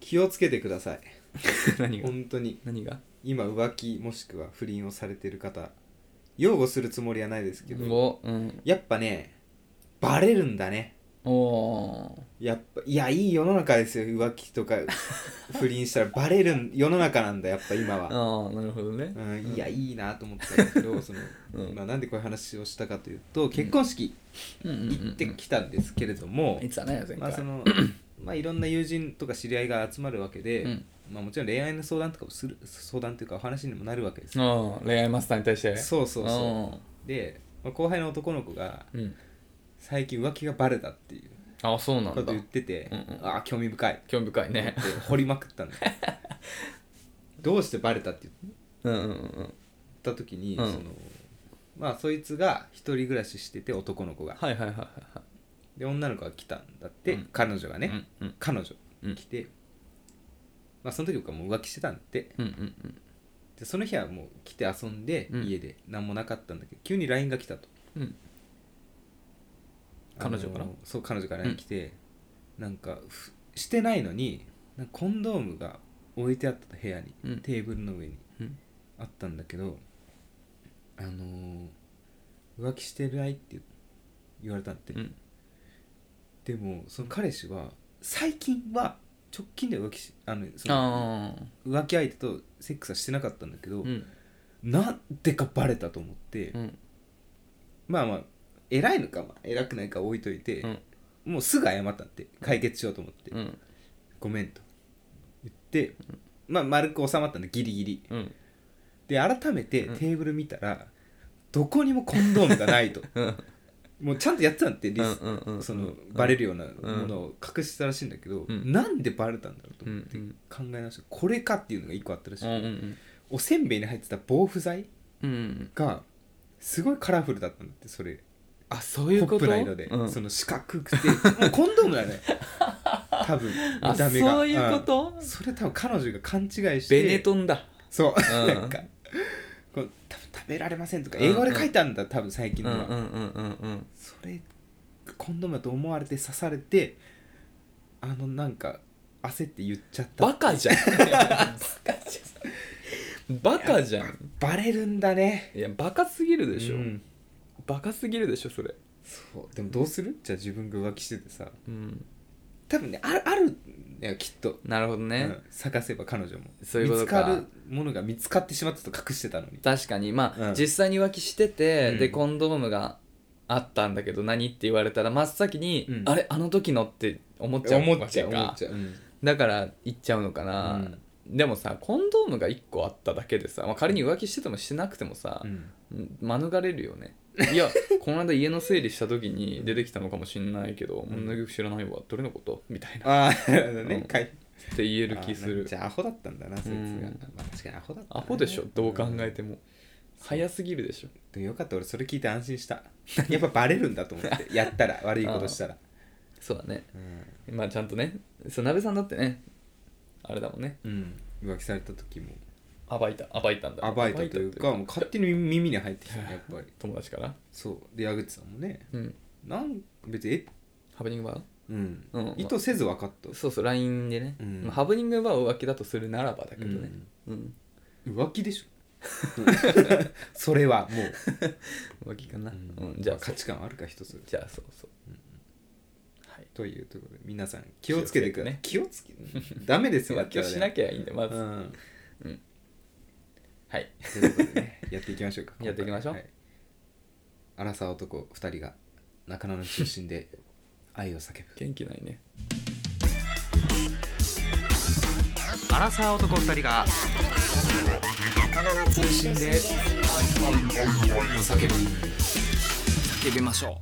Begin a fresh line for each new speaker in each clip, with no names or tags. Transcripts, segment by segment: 気をつけてください
何が
本当に
何が
今浮気もしくは不倫をされてる方擁護するつもりはないですけど
おうん
やっぱねバレるんだね
おお
やっぱいやいい世の中ですよ浮気 とか不倫したらバレるん世の中なんだやっぱ今は、
ああなるほどね
うん、いやいいなと思ったんだけどその、
うん
まあ、なんでこういう話をしたかというと結婚式
うんうんうん
行ってきたんですけれども、
いつだね前回
まあそ のまあいろんな友人とか知り合いが集まるわけで、
うん
まあ、もちろん恋愛の相談とかもする相談というかお話にもなるわけですよ
うん恋愛マスターに対して
そうそうそうで、まあ、後輩の男の子が
うんうん
最近浮気がバレたっていう
あそうな
こと
んだ
言ってて、
うんうん
ああ興味深い
興味深いね
って掘りまくったんだ どうしてバレたって言っ
うんうんうん
た時に、
うん
そのまあそいつが一人暮らししてて男の子が
はいはいはいはいは
で女の子が来たんだって、
うん
彼女が
い
ね、
うんうん
彼女
うん
来て、まあその時僕はもう浮気してたんだって
うんうん
でその日はもう来て遊んで、
うん
家で何もなかったんだけど急に LINE が来たと
うんうん彼女から
あのそう彼女から LINE 来て、なんかふしてないのになんかコンドームが置いてあった部屋に、
うん
テーブルの上に
うん
あったんだけどあのー浮気してないって言われたんだって、
うん
でもその彼氏は最近は直近では浮気しあのその
ああ
浮気相手とセックスはしてなかったんだけど、
うん
なんでかバレたと思って、
うん
まあまあ偉いのかまあ偉くないか置いといて、
うん
もうすぐ謝ったって解決しようと思って「
うん
ごめん」と言って、まあ丸く収まったんでギリギリ
うん
で改めてテ
うん
ーブル見たら、どこにもコンドームがない と
うん
もうちゃんとやってたんだってリス、
うんうんうん
その
うん
バレるようなものを隠してたらしいんだけど、
うん
なんでバレたんだろうと
うんう
思っ
ん
て考え直したこれかっていうのが一個あったらしい、
うんうん
おせんべいに入ってた防腐剤
うんうん
がすごいカラフルだったんだってそれ
あそういう
ポ
こ
ッ
と
プな色で、
うん
その四角くてもうコンドームだ ね多分
あ
見た目が
そういうこと
んそれ多分彼女が勘違いして
ベネトンだ
そう、
うん
なんかこう多分食べられませんとか
うんうん
英語で書いたんだ、多分最
う
近
んう
の
ん
は、
うんうんうん
それコンドームだと思われて刺されてあのなんか焦って言っちゃった
バカじ ゃんバカじゃん
バレるんだね
いやバカすぎるでしょ、
うん
バカすぎるでしょそれ
そうでもどうするじゃあ自分が浮気しててさ
うん
多分ねあるあるんだよきっと
なるほどね、
うん探せば彼女も
そういうこと
見つ
か
かるものが見つかってしまったと隠してたのに
確かにまあ、
うん
実際に浮気してて、
うん
でコンドームがあったんだけど何って言われたら真っ先に、
うん
あれあの時のって思っちゃう
思っちゃう
わけ
思
か
っちゃう、うん
だから言っちゃうのかな、でもさコンドームが1個あっただけでさ、まあ、仮に浮気しててもしてなくてもさ
う、ん
免れるよね いやこの間家の整理した時に出てきたのかもしんないけど、
ん
女ん、知らないわどれのことみたい
あ
な
あなるほど
うん
ね書い
って言える気す
あーなん
る
かじゃあアホだったんだなそいつが、
うん
まあ、確かにアホだった、
アホでしょどう考えても、早すぎるでしょ
もよかった俺それ聞いて安心したやっぱバレるんだと思 ってやったら悪いことしたら、
そうだね
うん
まあちゃんとねそう鍋さんだってねあれだもんね
うん浮気された時も
暴いた暴いたんだ
暴いたというかもう勝手に耳に入ってきた ねやっぱり
友達から
そうで矢口さんもね
うん
なん別にえ
ハプニングバー
うん、
うん
意図せず分かった
そうそう LINE でね、
うん
まあ、ハプニングバーを浮気だとするならばだけどねうん、
浮気でしょ それはもう、
浮気かな、う
うんん
じゃあ
価値観あるか一つ
じゃあそうそう、はい
というところで皆さん気をつけてください気をつけ,、 ダメですよ
浮気をしな
き
きゃいいんでまず、
うん
はい
ということで ねやっていきましょうか
やっていきましょう
はい、荒沢男2人が中野の中心で愛を叫ぶ
元気ないね
荒沢男2人が中心で愛を叫ぶ
叫びましょ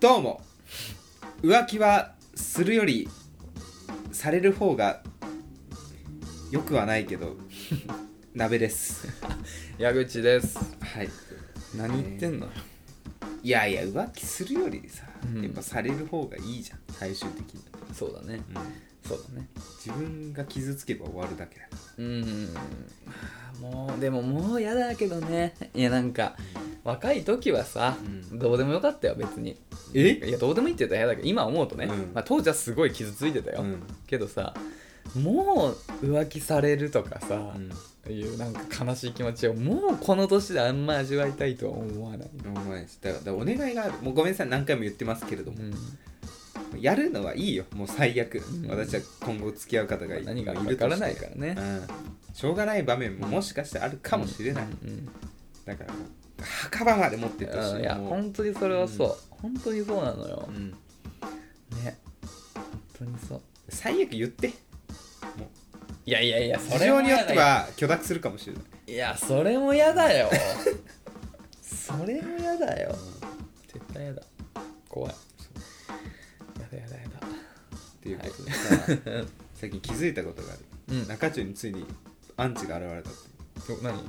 どうも浮気はするよりされる方がよくはないけど鍋です
う矢口です
はい
何言ってんのよ、
いやいや浮気するよりさ、
うん
やっぱされる方がいいじゃん最終的に、
そうだねそうだね
自分が傷つけば終わるだけだか
うんもうでももう嫌だけどねいやなんか若い時はさ、
うん
どうでもよかったよ別に
らえ
いやどうでもいいって言ったら嫌だけど今思うとね、
うん
まあ、当時はすごい傷ついてたよ、
うん
けどさもう浮気されるとかさ
う、ん
いうなんか悲しい気持ちをもうこの年であんま味わいたいとは思わない、
思わないですだからだからお願いがあるもうごめんなさい何回も言ってますけれども、やるのはいいよもう最悪、
ん
私は今後付き合う方がいる
何があるか分からないからね
うん、しょうがない場面ももしかしてあるかもしれない、
うん
だからもう墓場まで持ってってほし
うん
い
いや
もう
本当にそれはそう、本当にそうなのよ
う、ん
ね本当にそう
最悪言って
いやいやいやそ
事
れも
情によ
嫌
っ
だ
て
よ
は許諾するかもしれない、
いやそれも嫌だよ それも嫌だよ絶対嫌だ怖いやだやだやだ
っていうことでさ、 最近気づいたことがある、
うん
中中についにアンチが現れたって
お何や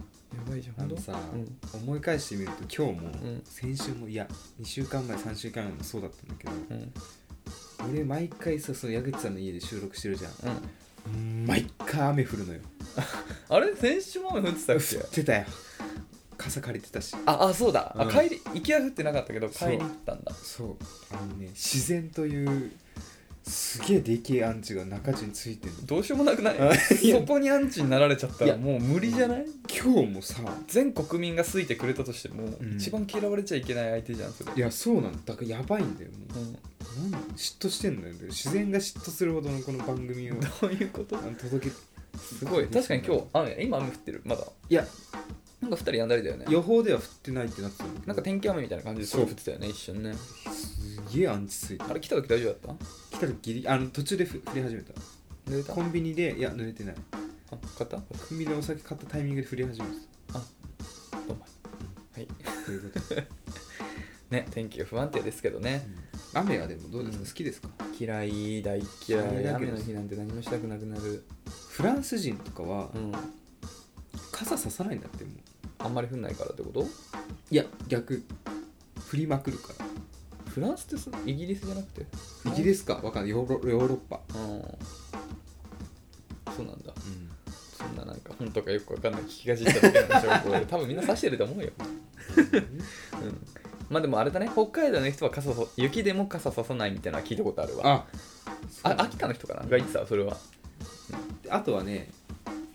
ばいじゃん
あ
本
の
当
さ、
うん
思い返してみると今日も、
うん
先週もいや2週間前3週間前もそうだったんだけど
うん
俺毎回さその矢口さんの家で収録してるじゃん
うん、
毎回雨降るのよ
あれ先週も雨降ってたっけ
降ってたよ傘借りてたし
ああそうだ、
うん
あ帰り行きは降ってなかったけど
そう
帰り行ったんだ
そうあのね自然というすげえでけえアンチが中中についてる
どうしようもなく ない
あいや
そこにアンチになられちゃった
い
ら
や
もう無理じゃない
今日もさ
全国民が好いてくれたとしても、
うん
一番嫌われちゃいけない相手じゃんそれ
いやそうなんだからやばいんだよも
うん、ど
うなん嫉妬してんだよ自然が嫉妬するほどのこの番組を
ういうこと
あの届け
すごい確かに今日雨今雨降ってるまだ
いや
なんか降ったりやんだりだよね
予報では降ってないってなってたんだけど
なんか天気雨みたいな感じで
そう
降ってたよね一瞬ね
すげえアンチついて
あれ来た時大丈夫だっ
来た時ギリあの途中でふ降り始めた
た濡れたあ
コンビニでいや濡れてない
買った
コンビニでお酒買ったタイミングで降り始めた
どうもはい
ということで
ね天気が不安定ですけどね
雨はでもどうですか、
うん
好きですか
嫌い大嫌
嫌いだ
い
け
雨
ど
の日なんて何もしたくなくなる
フランス人とかは
うん
傘ささないんだってもう
あんまり降んないからってこと
いや逆降りまくるか
フランスってそイギリスじゃなくて
らイギリスかわかんないヨーロヨーロッパ、
うんそうなんだそんななんか本とかよくわかんない聞きがじったみたいな情報で多分みんな指してると思うよ、うん、まあでもあれだね北海道の人は傘そ雪でも傘ささないみたいなのは聞いたことあるわ
あそう
あ秋田の人かなが言ってたわそれは
あとはね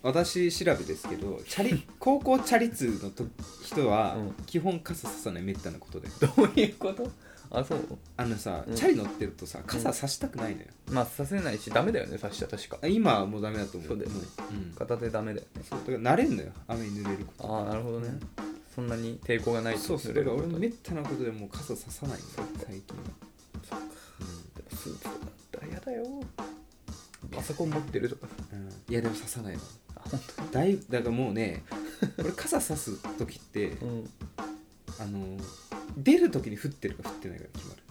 私調べですけどチャ リ高校チャリ通のと人は
うん
基本傘ささないめったなことで
どういうことあそう
あのさ、
うん
チャリ乗ってるとさ傘さしたくないのよ、
まあさせないしダメだよねさしちゃ確か
今はもうダメだと思う
そうだよね
もうん
片手ダメだよね
そうだから慣れんのよ雨に濡れること
ああなるほどね、
うん
そんなに抵抗がない
そうそう
濡れ
だ
る
から俺
ことに
めったなことでもう傘ささないんだよ最近は
そっかでもスーツとかだったら嫌だよパソコン持ってるとかさ
うん、いやでもささないわ
あ本
だいぶだからもうね俺傘さす時って
当うん
あの出る時に降ってるか降ってないかが決まる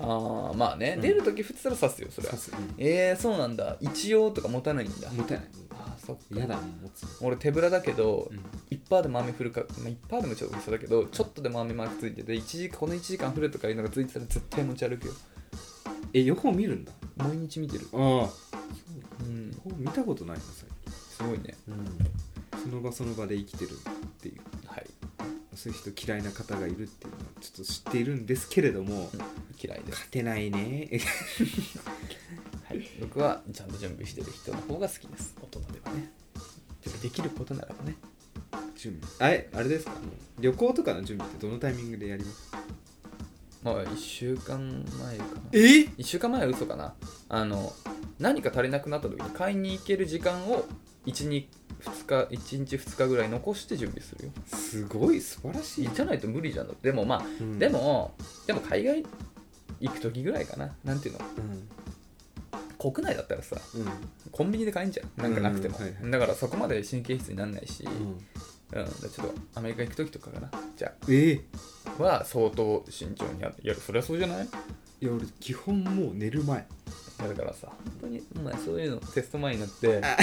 ああまあね、
うん
出るとき普通なら刺すよそれは
さす、うん
えー、そうなんだ一応とか持たないんだ、
持てない
あーそっか
嫌だもん持つの
俺手ぶらだけど、
うん
一1%でも雨降るか、まあ、1%でもちょっと嘘だけどちょっとでも雨マークついてて一時この1時間降るとかいうのがついてたら絶対持ち歩くよ
え予報見るんだ
毎日見てる
ああ予
うん
報見たことないの最
すごいね
近、その場その場で生きてるっていう
はい
そういう人嫌いな方がいるっていうのはちょっと知っているんですけれども、
嫌いです、
勝てないね
はい、僕はちゃんと準備してる人の方が好きです大人ではねできることならばね
準備あれあれですかあの旅行とかの準備ってどのタイミングでやります
まあ1週間前かな
え
1週間前は嘘かなあの何か足りなくなった時に買いに行ける時間を1日2日1日2日ぐらい残して準備するよ
すごい素晴らしい、
じゃないと無理じゃんだってでもまあ、
うん
で、もでも海外行く時ぐらいかななんていうの
うん
国内だったらさ
うん
コンビニで買えんじゃんなんかなくても、
うんうんはいはい
だからそこまで神経質にならないし、
う
うん
ん、
だからちょっとアメリカ行く時とかかなじゃ
ええ
あは相当慎重にやるいやそりゃそうじゃない
いや俺基本もう寝る前
やだからさ本当にお前そういうのテスト前になって
あ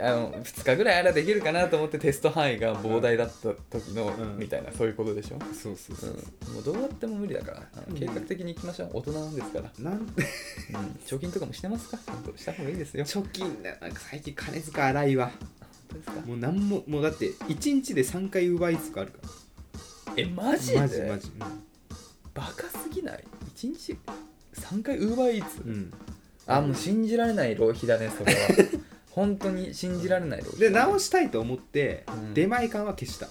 あの2日ぐらいあればできるかなと思ってテスト範囲が膨大だった時の、
うん
みたいなそういうことでしょ、
そうそう
う
そ
ん
う、
もうどうやっても無理だからあの
うん
計画的に行きましょう大人なんですから、
なん
うん、貯金とかもしてますかちゃんとした方がいいですよ
貯金ななんか最近金塚荒いわ
本当ですか
もうなんももうだって1日で3回奪いつかあるか
えマジで
らマジマジ
バカすぎない1日3回ウーバーイーツ
うん、うん
あもう信じられない浪費だねそれ は本当に信じられない浪費
で直
し
したいと思って、
うん
出前館は消した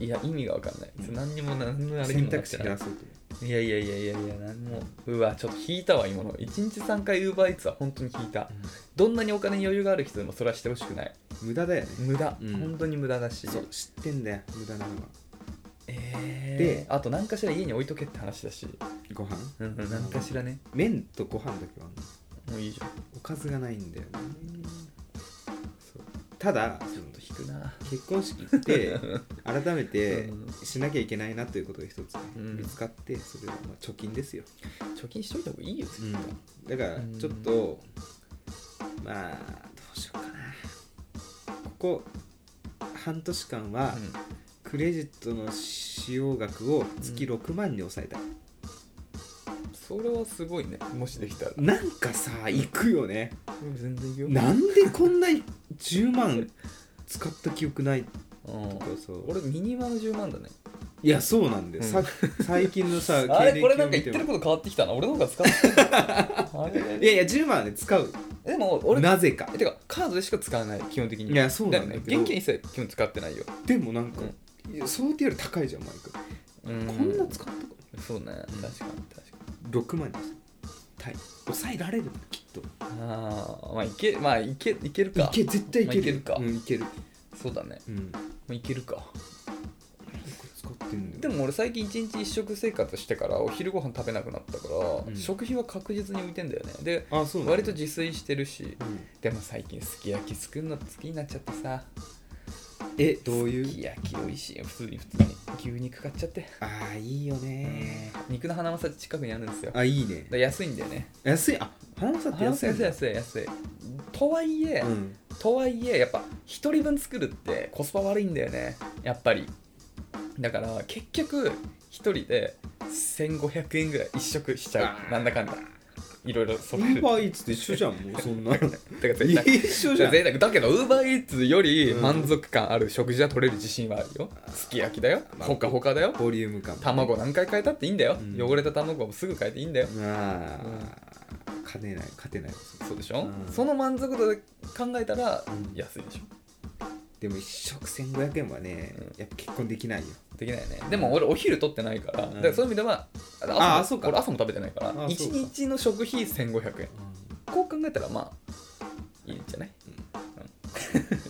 いや意味が分かんない、
うん
何にも何のあれに
選
もなっ
択肢
て
減
な
ら
い
そうと
いやいやいやいやいや何もうわちょっと引いたわ今の1日3回ウーバーイーツは本当に引いた
思う、
どんなにお金に余裕がある人でもそれはしてほしくない
無駄だよね
無駄、
うん
本当に無駄だし
そう知ってんだよ無駄なのは
えー、
で
あと何かしら家に置いとけって話だし、
ご飯
うん、何かしらね
麺とご飯だけはあんの
もういいじゃん
おかずがないんだよねそうただその
引くな
結婚式 って改めて
うん
しなきゃいけないなということが一つね、
うん
見つかってそれはまあ貯金ですよ、
貯金しといた方がいいよ絶対、
だから
うん
ちょっと、まあどうしようかなここ半年間は
うん
クレジットの使用額を月6万に抑えた、
それはすごいねもしできたら
なんかさ行くよね
全然いいよ
なんでこんなに10万使った記憶ない
うん
とかさ
俺ミニマム10万だね
いやそうなんだよ、
うん
さ最近のさ
あれ
経
こ
歴
れ
を
なんか言
見
って
て
る
も
こと変わってきたな俺の方が使ってる あれ
いやいや10万はね使う
でも俺
なぜか
えてかカードでしか使わない基本的に
いやそうなんだ
よね
けど
現金一切基本使ってないよ
でもなんか、いや想定より高いじゃん毎回、
こ
こんな使ったか
そう
う
ね
ん
確かに確かに
6万ですタイ抑えられるきっと
ああまあいけまあいけいけるか
いけ絶対いける,、
まあいけるか
うんいける
そうだね
うんよ
まあいけるか
く使ってんだよ
でも俺最近一日一食生活してからお昼ご飯食べなくなったから、
うん
食費は確実に浮いてんだよねで
あそうなんだ
割と自炊してるし
うん
でも最近すき焼き作るの好きになっちゃってさ
えどうい
すき
う
焼き美味しいよ普通に普通に牛肉買っちゃって
ああいいよね
肉の花まさ近くにあるんですよだか
あいいね
ら安いんだよね
安いあ花房って安い
安い
んだ
安い安い安いとはいえ、
うん
とはいえやっぱ一人分作るってコスパ悪いんだよねやっぱりだから結局一人で1500円ぐらい一食しちゃ
あ
う
ー
なんだかんだいろいろそ
ウ
れ
ーバーイーツと一緒じゃんもうそんな
だから 絶対
一緒じゃん
贅沢だけどウーバーイーツより
うん
満足感ある食事は取れる自信はあるよすき焼きだよ
まあ
ほかほかだよ
ボリューム感
卵何回変えたっていいんだよ、
うん
汚れた卵もすぐ変えていいんだよ、
ああ勝てない勝てない
そうでしょ、
うん
その満足度で考えたら
うん
安いでしょ
でも一食1500円はね
うん
やっぱ結婚できないよ
できないよねでも俺お昼取ってないから、
うん
だからそういう意味では朝も
ああそうか
俺朝も食べてないから
ああそう
1
か
日の食費1500円こう考えたらまあいいんじゃない、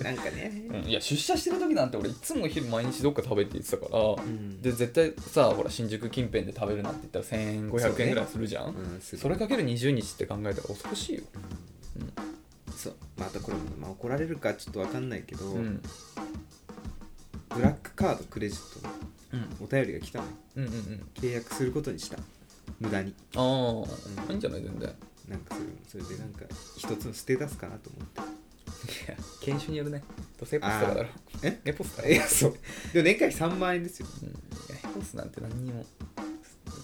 なんかね
うんいや出社してる時なんて俺いつもお昼毎日どっか食べって言ってたから、
ん
で絶対さほら新宿近辺で食べるなんて言ったら1500円ぐらいするじゃんそ,、
うんすごい
れかける20日って考えたら恐ろしいよ、
そうまたこれも、まあ、怒られるかちょっとわかんないけど、
うんうん、
ブラックカードクレジットの
うん
お便りが来たの
うんうん
契約することにした無駄に
ああいいんじゃない全然
なんかそれそれでなんか一つのステータスかなと思って
いや研修によるねどうせエポスとかだろ
え
エポスだろ
えそうでも年会費3万円ですよ
うんいやコースなんて何にも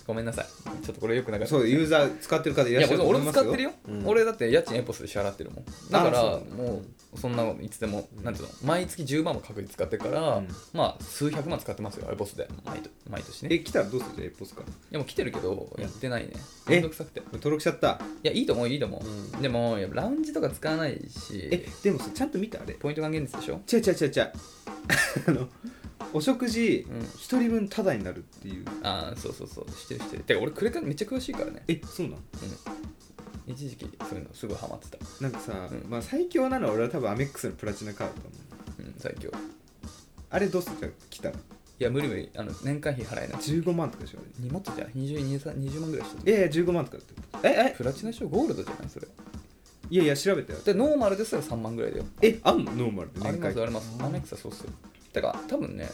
ごめんなさいちょっとこれよくなかった
そうユーザー使ってる方い
い
らっ
や
しゃると思
俺
い
も
ます
使
よ
ってるよ、
うん
俺だって家賃エポスで支払ってるもんだか
あ
ら
そうなんだ
もうそんなのいつでも、
うん
なんていうの毎月10万も確実使ってるから、
うん
まあ数百万使ってますよエポスで毎年毎年ね
え来たらどうするじゃあエポスか
でも来てるけど
うん
やってないね
え
めんどくさくてい
登録しちゃった
やいいと思ういいと思う、
うん
でもやっぱラウンジとか使わない
え
し
でもさちゃんと見たあれ
ポイント還元率でしょ
違う違う違う違 うあのお食事
うん
一人分タダになるっていう
ああそうそうそうしてるしてるてか俺クレカめっちゃ詳しいからね
えそうなの
一時期そういうのすごいハマってた、
なんかさ、
うん
まあ最強なのは俺は多分アメックスのプラチナカードだもん
うん、最強
あれどうするじゃあ来たら
いや無理無理あの年間費払えない
15万とかでしょあ
荷物じゃない20 23 20万ぐらいした
れいやいや15万とかだってええ
プラチナ賞ゴールドじゃないそれ
いやいや調べたよ
でノーマルですら3万ぐらいだよ
えあんのノーマルで
あり
年
ま
会
すありますアメックスはそうっすよてか多分ね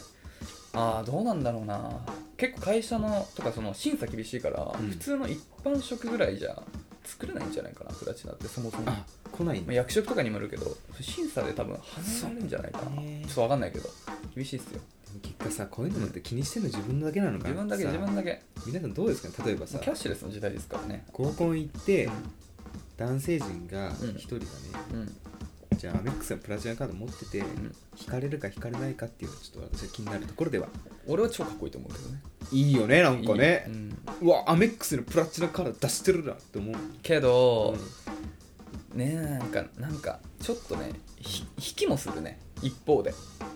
ああどうなんだろうな結構会社のとかその審査厳しいから、
うん
普通の一般職ぐらいじゃ作れないんじゃないかなプラチナってそもそも、ま
あ来ないん
あ、
だ
役職とかにもよるけど審査で多分外れるんじゃないかな
そうね
ちょっと分かんないけど厳しいっすよ
結果さこういうのなんて気にしてるの自分だけなのかな
自分だけ
さ
自分だけ
皆さんどうですかね例えば
も
さ
うキャッシュレスの時代ですからね
合コン行って、
うん
男性陣が
うん
1人がね、
うん
じゃあアメックスがプラチナカード持ってて、
うん
引かれるか引かれないかっていうのがちょっと私は気になるところでは
俺は超かっこいいと思うけどね
いいよねなんかね
いいうん
うわアメックスのプラチナカード出してるなって思う
けど、
うん
ねなんかなんかちょっとねひ引きもするね一方で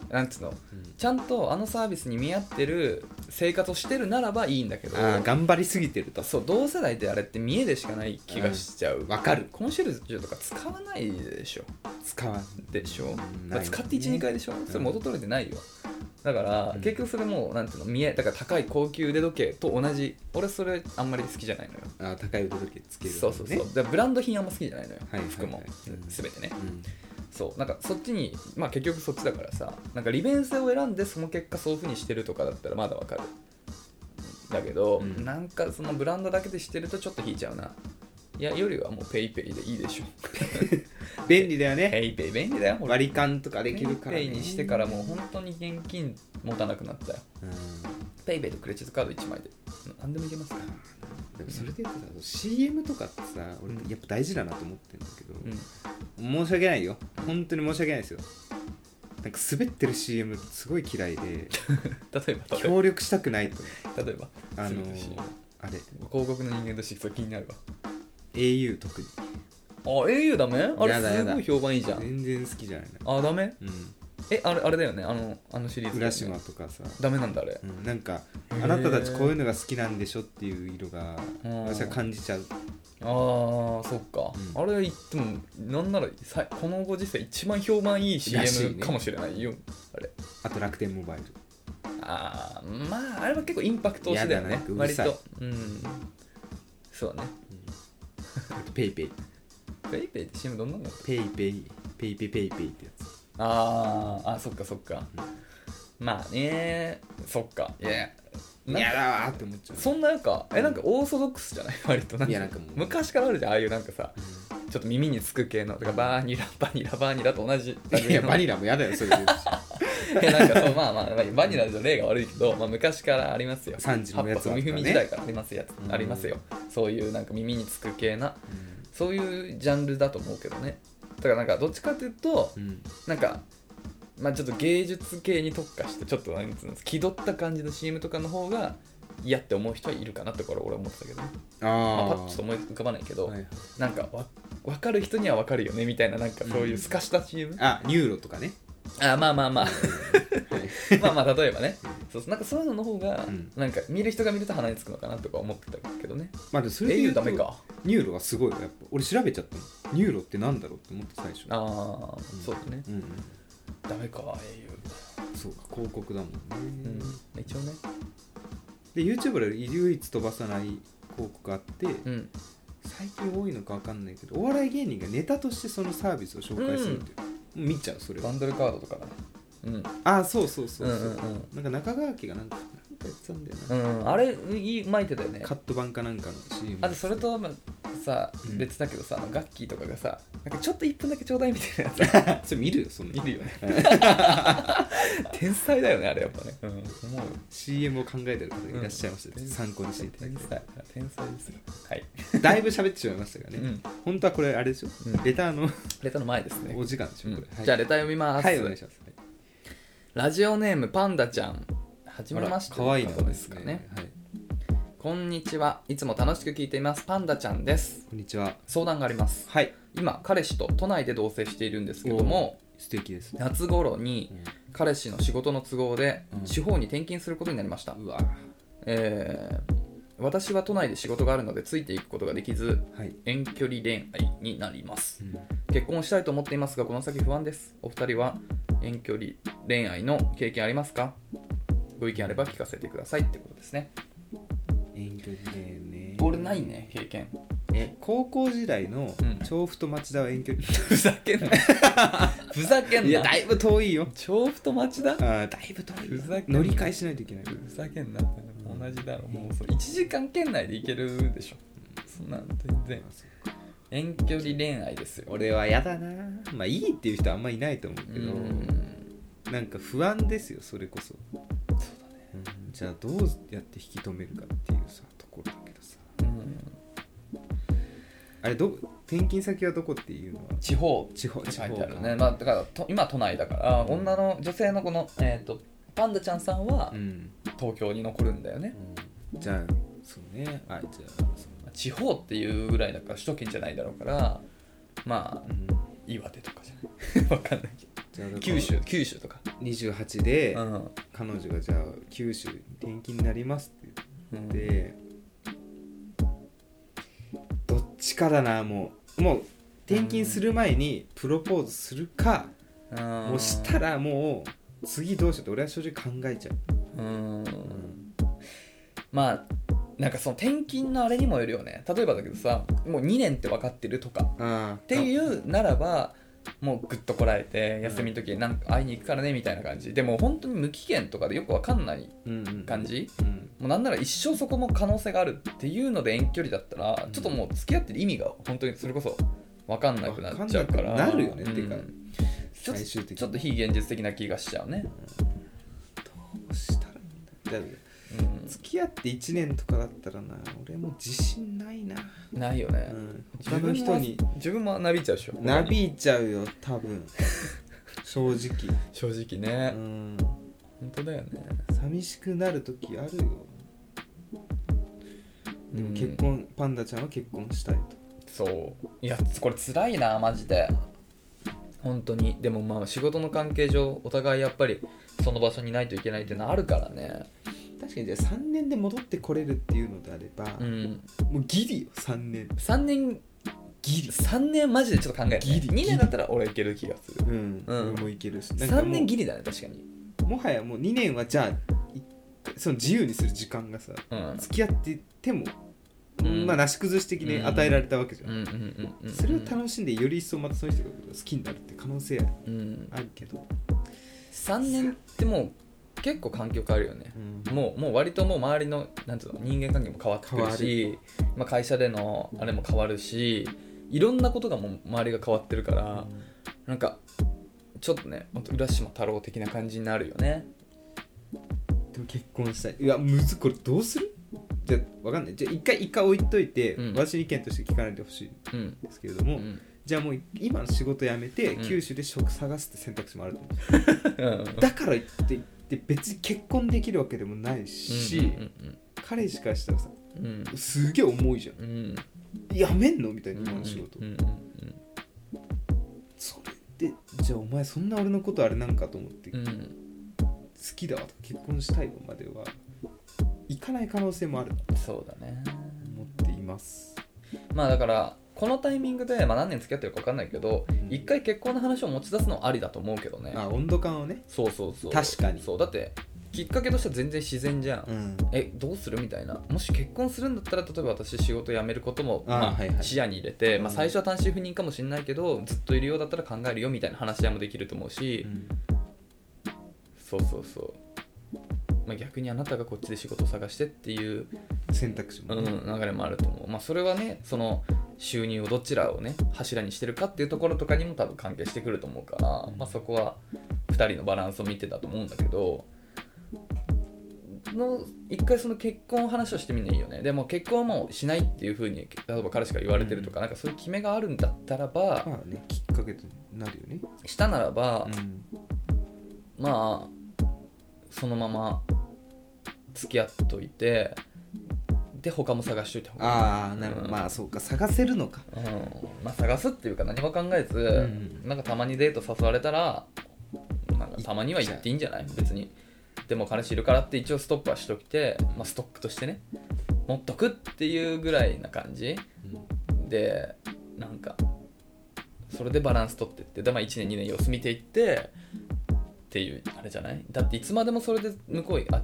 なんつうのちゃんとあのサービスに見合ってる生活をしてるならばいいんだけど
あー頑張りすぎてると
そう同世代であれって見えでしかない気がしちゃう
わかる
コンシェルジュとか使わないでしょ
使わん
でしょ、
ん
まあ
ない
使って12回でしょそれ元取れてないよだから、
うん
結局それもうなんていうの見えだから高い高級腕時計と同じ俺それあんまり好きじゃないのよ
あー高い腕時計つけるのね
そうそうそう、だからブランド品あんま好きじゃないのよ、
はいはいはい
服も
うん
全てね
うん
そうなんかそっちにまあ結局そっちだからさなんか利便性を選んでその結果そういうふうにしてるとかだったらまだわかるだけど、
うん
なんかそのブランドだけでしてるとちょっと引いちゃうないやよりはもうペイペイでいい でしょ
便利だよね
ペイペイ便利だよほら
割り勘とかできるから、ね、
ペイペイにしてからもう本当に現金持たなくなったよ
うん
ペイペイとクレジットカード1枚で何でもいけますから
でもそれで言うとさ CM とかってさ俺やっぱ大事だなと思ってるんだけど、
うん
申し訳ないよ本当に申し訳ないですよなんか滑ってる CM すごい嫌いで
例えば例え
協力したくないと
ば例えば
あの
するとし
あれ
広告の人間として気になるわ
au 特に
あ au ダメあれ
やだや
す
だ
ごい評判いいじゃん
全然好きじゃないな
あダメ
う
えあれあれだよねあのあのシリー
ん
ズだよ
浦島
ね、
とかさ、
ダメなんだあれ
うん、なんか
へー
あなたたちこういうのが好きなんでしょっていう色が
うん
私は感じちゃう
あーそっか、
うん
あれ言ってもなんならさこのご時世一番評判いい
らしいね
CM かもしれないよあれ
あと楽天モバイル
あーまああれは結構インパクト推しだよ
やだ
ね
なんかうる
割
さい
とうんそうね
あとペイペイ
ペイペイって CM どんなんだろう
ペイペイペイペイペイペイってやつ
あーあそっかそっか、まあねそっかいや
いやだわーって思っちゃう
そんななんかえなんかオーソドックスじゃない 割となんか
いやなんかもう
昔からあるじゃんああいうなんかさちょっと耳につく系のとかバーニラ バニラバニラと同じ
うんいやバニ
ラ
ラもやだよそれで
なんかそうまあまあまあバニラじゃ例が悪いけど、まあ、昔からありますよ
三時のやつは
葉っぱ
あったね
ふみふみ時代からありますやつ、
うん
ありますよそういうなんか耳につく系な
うん
そういうジャンルだと思うけどねだからなんかどっちかっていうと
うん
なんかまあちょっと芸術系に特化してちょっとなんつうの気取った感じの CM とかの方が嫌って思う人はいるかなってこれ俺は思ってたけど、ねまあ、パ
あ
ッと思い浮かばないけど、
はいはい
なんかわ分かる人には分かるよねみたいななんかそういう透かした CM、
あニューロとかね
あまあまあま あ
はい
まあまあ例えばねそうそうなんかそういうのの方が、
うん
なんか見る人が見ると鼻につくのかなとか思ってたけどね
まあでもそれで
英
言
雄
うと
ダメか
ニューロはすごいよやっぱ俺調べちゃったのニューロってなんだろうって思って最初
ああ、
うん
そうだね
うんうん
ダメか英
そうか広告だもんね、
雄うん、一応ね
で YouTube で唯一飛ばさない広告があって、
うん
最近多いのか分かんないけどお笑い芸人がネタとしてそのサービスを紹介するっていう、もう見ちゃうそれ
バ
は
ンドルカードとかだねうん
ああそうそうそうそう,、
うんうん
なんか中川家がなんかなんかやってたんだよな、
うんあれいい巻いてたよね
カット版かなんかの CM
あ とそれとまあさ
うん
別だけどさ、あのガッキーとかがさなんかちょっと1分だけちょうだいみたいなやつ
それ見るよそん
い
な
るよね 天才だよねあれやっぱね、うん、思うよ
CM を考えてる方がいらっしゃいました、
うん
参考にしていただ
天
きた
才天才ですよはい、
いだいぶ喋ってしまいましたがね、
うん
本当はこれあれでしょ、
うん
レターの
レターの前ですね
お時間でしょ、
うん
これ、はい
じゃあレター読みます、
はいお願いします、はい
ラジオネームパンダちゃんはじめまして
あら可愛いな
どうですかね
はい、
こんにちはいつも楽しく聞いていますパンダちゃんです
こんにちは
相談があります
はい
今彼氏と都内で同棲しているんですけども
素敵ですね、
夏頃に彼氏の仕事の都合で
うん
地方に転勤することになりました、
うわ
えー私は都内で仕事があるのでついていくことができず
はい、
遠距離恋愛になります結婚したいと思っていますがこの先不安ですお二人は遠距離恋愛の経験ありますかご意見あれば聞かせてくださいってことですね
遠距離恋愛ね
俺ないね経験
え高校時代の
うん
調布と町田は遠距離、
ふざけんなふざけんない
やだいぶ遠いよ
調布と町田
あーだいぶ遠い
ふざけんな
乗り換えしないといけない
ふざけんな同じだろもうそれ1時間圏内で行けるでしょそんなん全然
あそう
遠距離恋愛ですよ
俺は嫌だなまあいいっていう人あんまいないと思うけ
う
ど
ん
なんか不安ですよそれこそうんじゃあどうやって引き止めるかっていうさところだけどさ
うん
あれど転勤先はどこっていうのは
地方
地方
って
地
書
方
いてある
か
ね、まあ、だからと今都内だから女の女性のこの、えー、とパンダちゃんさんは
うん
東京に残るんだよね、
じゃあそうねあじゃあそう
地方っていうぐらいだから首都圏じゃないだろうからまあ
うん
岩手とかじゃない わかんないけど
じゃあだから
九州九州とか、
28で
うん
彼女がじゃあ九州に転勤になりますって
うん
言ってどっちかだなもうもう転勤する前にプロポーズするか
うん
もうしたらもう次どうしようって俺は正直考えちゃう
うんまあなんかその転勤のあれにもよるよね例えばだけどさもう2年って分かってるとか
ああっ
って
う
いうならばもうぐっとこらえて休みの時なんか会いに行くからねみたいな感じでも本当に無期限とかでよくわかんない感
感
じ
うん
もうなんなら一生そこも可能性があるっていうので遠距離だったらちょっともう付き合ってる意味が本当にそれこそわかんなくなっちゃうから
わかんなくなるよね
うん
っていうか
ちょっ
最終的
と
に
ちょっと非現実的な気がしちゃうね、
どうしたらいいんだだから
う
付き合って1年とかだったらな俺もう自信ないな、
ん、ないよ
う
ね、
ん、他
自
の
分
人
人
に
に自分もなびいちゃうでしょ
なびいちゃうよ多分 正直
正直ね、
うん
本当だよね
寂しくなる時あるよでも結婚、パンダちゃんは結婚したいと
そういやこれ辛いなマジで本当にでもまあ仕事の関係上お互いやっぱりその場所にないといけないってなるからね
確かにじゃあ3年で戻ってこれるっていうのであれば、
うん
もうギリよ3年
3年ギリ3年マジでちょっと考える、ね、
ギリ
2年だったら俺いける気がする
うん、
うん
俺もいけるしなんかもう
3年ギリだね確かに
もはやもう2年はじゃあいその自由にする時間がさ
うん
付き合ってても、
うん
まあなし崩し的に与えられたわけじゃん、
うんうんうんうん
それを楽しんでより一層またその人が好きになるって可能性
うん
あるけど、
3年ってもう結構環境変わるよねもうもう割ともう周りのなんていうの人間関係も変わってくるしまあ、会社でのあれも変わるしいろんなことがもう周りが変わってるからなんかちょっとねほんと浦島太郎的な感じになるよね
でも結婚したいうわむずこれどうするじゃあわかんないじゃあ一回一回置いといて、
うん
私の意見として聞かないでほしいん
うん、
ですけれども、
うん、
じゃあもう今の仕事辞めて、
うん
九州で職探すって選択肢もあると思う、
うん
だからって言って別に結婚できるわけでもないし、
うん
彼氏からしたらさ
うんうん
すげえ重いじゃん
うんうん
辞めんのみたいな今の仕事、
うんうん
それでじゃあお前そんな俺のことあれなんかと思って、
うんう
好
んうん
きだわとか結婚したいわまでは行かない可能性もあると
そうだね
思っています
まあだからこのタイミングで、まあ、何年付き合ってるか分かんないけど
うん
一回結婚の話を持ち出すのはありだと思うけどね
あ温度感をね
そうそうそう
確かに
そうだってきっかけとしては全然自然じゃん、
うん
えどうするみたいなもし結婚するんだったら例えば私仕事辞めることも
あ
まあ
はいはい
視野に入れて、まあ、
うん
最初は単身赴任かもしれないけどずっといるようだったら考えるよみたいな話し合いもできると思うし、そうそうそう、まあ、逆にあなたがこっちで仕事を探してっていう、
選択肢
う
もね、
ん、流れもあると思う、まあ、それはねその収入をどちらをね柱にしてるかっていうところとかにも多分関係してくると思うから、まあ、そこは2人のバランスを見てたと思うんだけどの一回その結婚の話をしてみるのいいよねでも結婚はもうしないっていうふうに例えば彼氏から言われてるとか、なんかそういう決めがあるんだったらば、
まあねきっかけとなるよね、
したならば、
うん
まあそのまま付き合っといてで他も探しといた方がいい
ああなるほど、
うん
まあそうか探せるのか
うんまあ、探すっていうか何も考えず、
う
なんかたまにデート誘われたらなんかたまには行っていいんじゃない別にでも彼氏いるからって一応ストップはしときて、まあ、ストックとしてね持っとくっていうぐらいな感じでなんかそれでバランス取ってってで、まあ、1年2年様子見ていってっていうあれじゃないだっていつまでもそれで向こういあ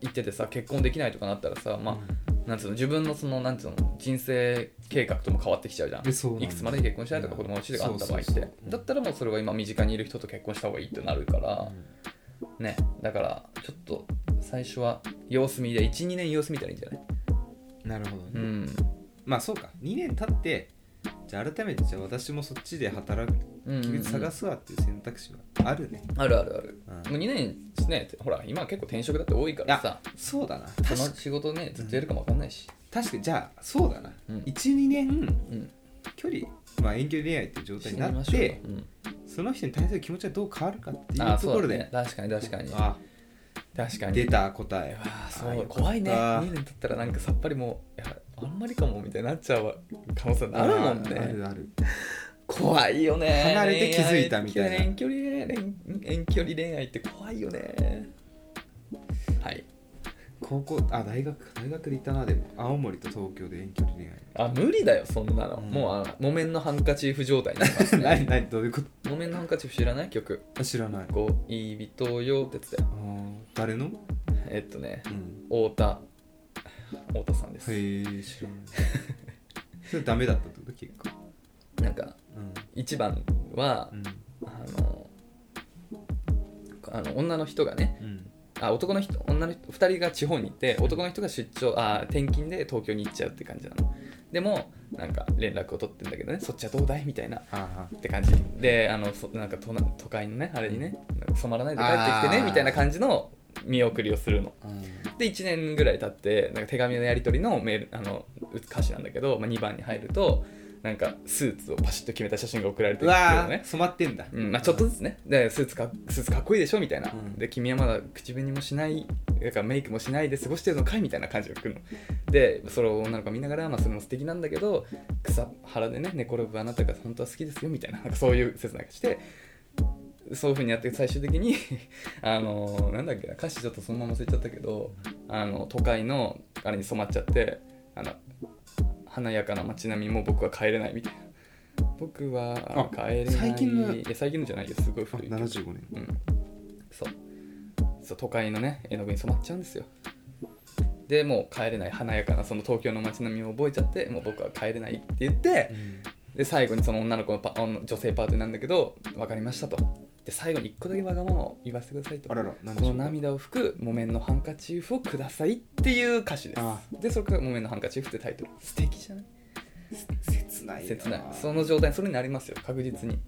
行っててさ結婚できないとかなったらさまあ、なんつうの自分のそのなんつうの人生計画とも変わってきちゃうじゃん
えそうなんだ
いくつまでに結婚したいとか
うん
子供のうちがあった場合って
そうそうそう
だったらもうそれは今身近にいる人と結婚した方がいいってなるから、ねだからちょっと最初は様子見で12年様子見たらいいんじゃない
なるほどね、
うん
まあそうか2年経ってじゃあ改めてじゃあ私もそっちで働く
うんうんうん
探すわっていう選択肢はあるね、
あるあるある、
うん
もう2年ねほら今結構転職だって多いか
い
ら
や
さ
そうだな
そ
確か
の仕事ねずっとやるかもわかんないし
確かにじゃあそうだな、
うん
12年
うん
距離まあ遠距離恋愛っていう状態になっ
死
て
にましょうよ
その人に対する気持ちはどう変わるかって
うん
い
あ
うとこ
そう
ろ
だ
で
ね確かに確かに
あ
確かに
出た答え
うわーそう
あよかった
怖いね2年経ったらなんかさっぱりもういやあんまりかもみたいになっちゃう可能性あるもん
あ
ね
るある
怖いよね
離れて気づいたみたいな
遠距離恋愛遠遠距離恋愛って怖いよねはい
高校あ大学か大学でいたなでも青森と東京で遠距離恋愛
あ無理だよそんなの、
うん
もうあの木綿のハンカチーフ状態になりますね
何何どういうこと
木綿のハンカチーフ知らない曲
あ知らない
「恋人よ」ってやつだよ
あー誰の、
えっとね
うん、
太田太田さんです、
へえ知ら ないそれダメだったってこと結果
なんか
うん
一番は、
うん
あのあの女の人がね
うん
あ男の人女の人2人が地方に行って男の人が出張あ転勤で東京に行っちゃうって感じなのでもなんか連絡を取ってんだけどねそっちはどうだいみたいなっ
ああ
て感じであのそなんか都都会のねあれにねなんか染まらないで帰ってきて
あ
ね
ー
みたいな感じの見送りをするので1年ぐらい経ってなんか手紙のやり取りのメールあの歌詞なんだけど、まあ、2番に入るとなんかスーツをパシッと決めた写真が送られて
う
くる
わ
の
ー
ね
染まってんだ、
うんまあ、ちょっとずつねでスーツかスーツかっこいいでしょみたいな、
うん
で君はまだ口紅もしないだからメイクもしないで過ごしてるのかいみたいな感じがくるのでそれを女の子が見ながら、まあ、それも素敵なんだけど草原でね寝転ぶあなたが本当は好きですよみたいななんかそういう説なんかしてそういうふうにやって最終的に あのなんだっけな歌詞ちょっとそのまま忘れちゃったけどあの都会のあれに染まっちゃってあの華やかな街並みも僕は帰れないみたいな僕は
あ
帰れない
最近の
いや最近のじゃないよすごい
あ
古い
75年
うんそうそう都会のね絵の具に染まっちゃうんですよでもう帰れない華やかなその東京の街並みを覚えちゃってもう僕は帰れないって言ってで最後にその女の子のパ女性パートになるんだけど分かりましたとで最後に一個だけわがままを言わせてくださいと
あらら
この涙を拭く木綿のハンカチーフをくださいっていう歌詞です
あ
でそれから木綿のハンカチーフってタイトル素敵じゃない
切ないな
切ないその状態にそれになりますよ確実に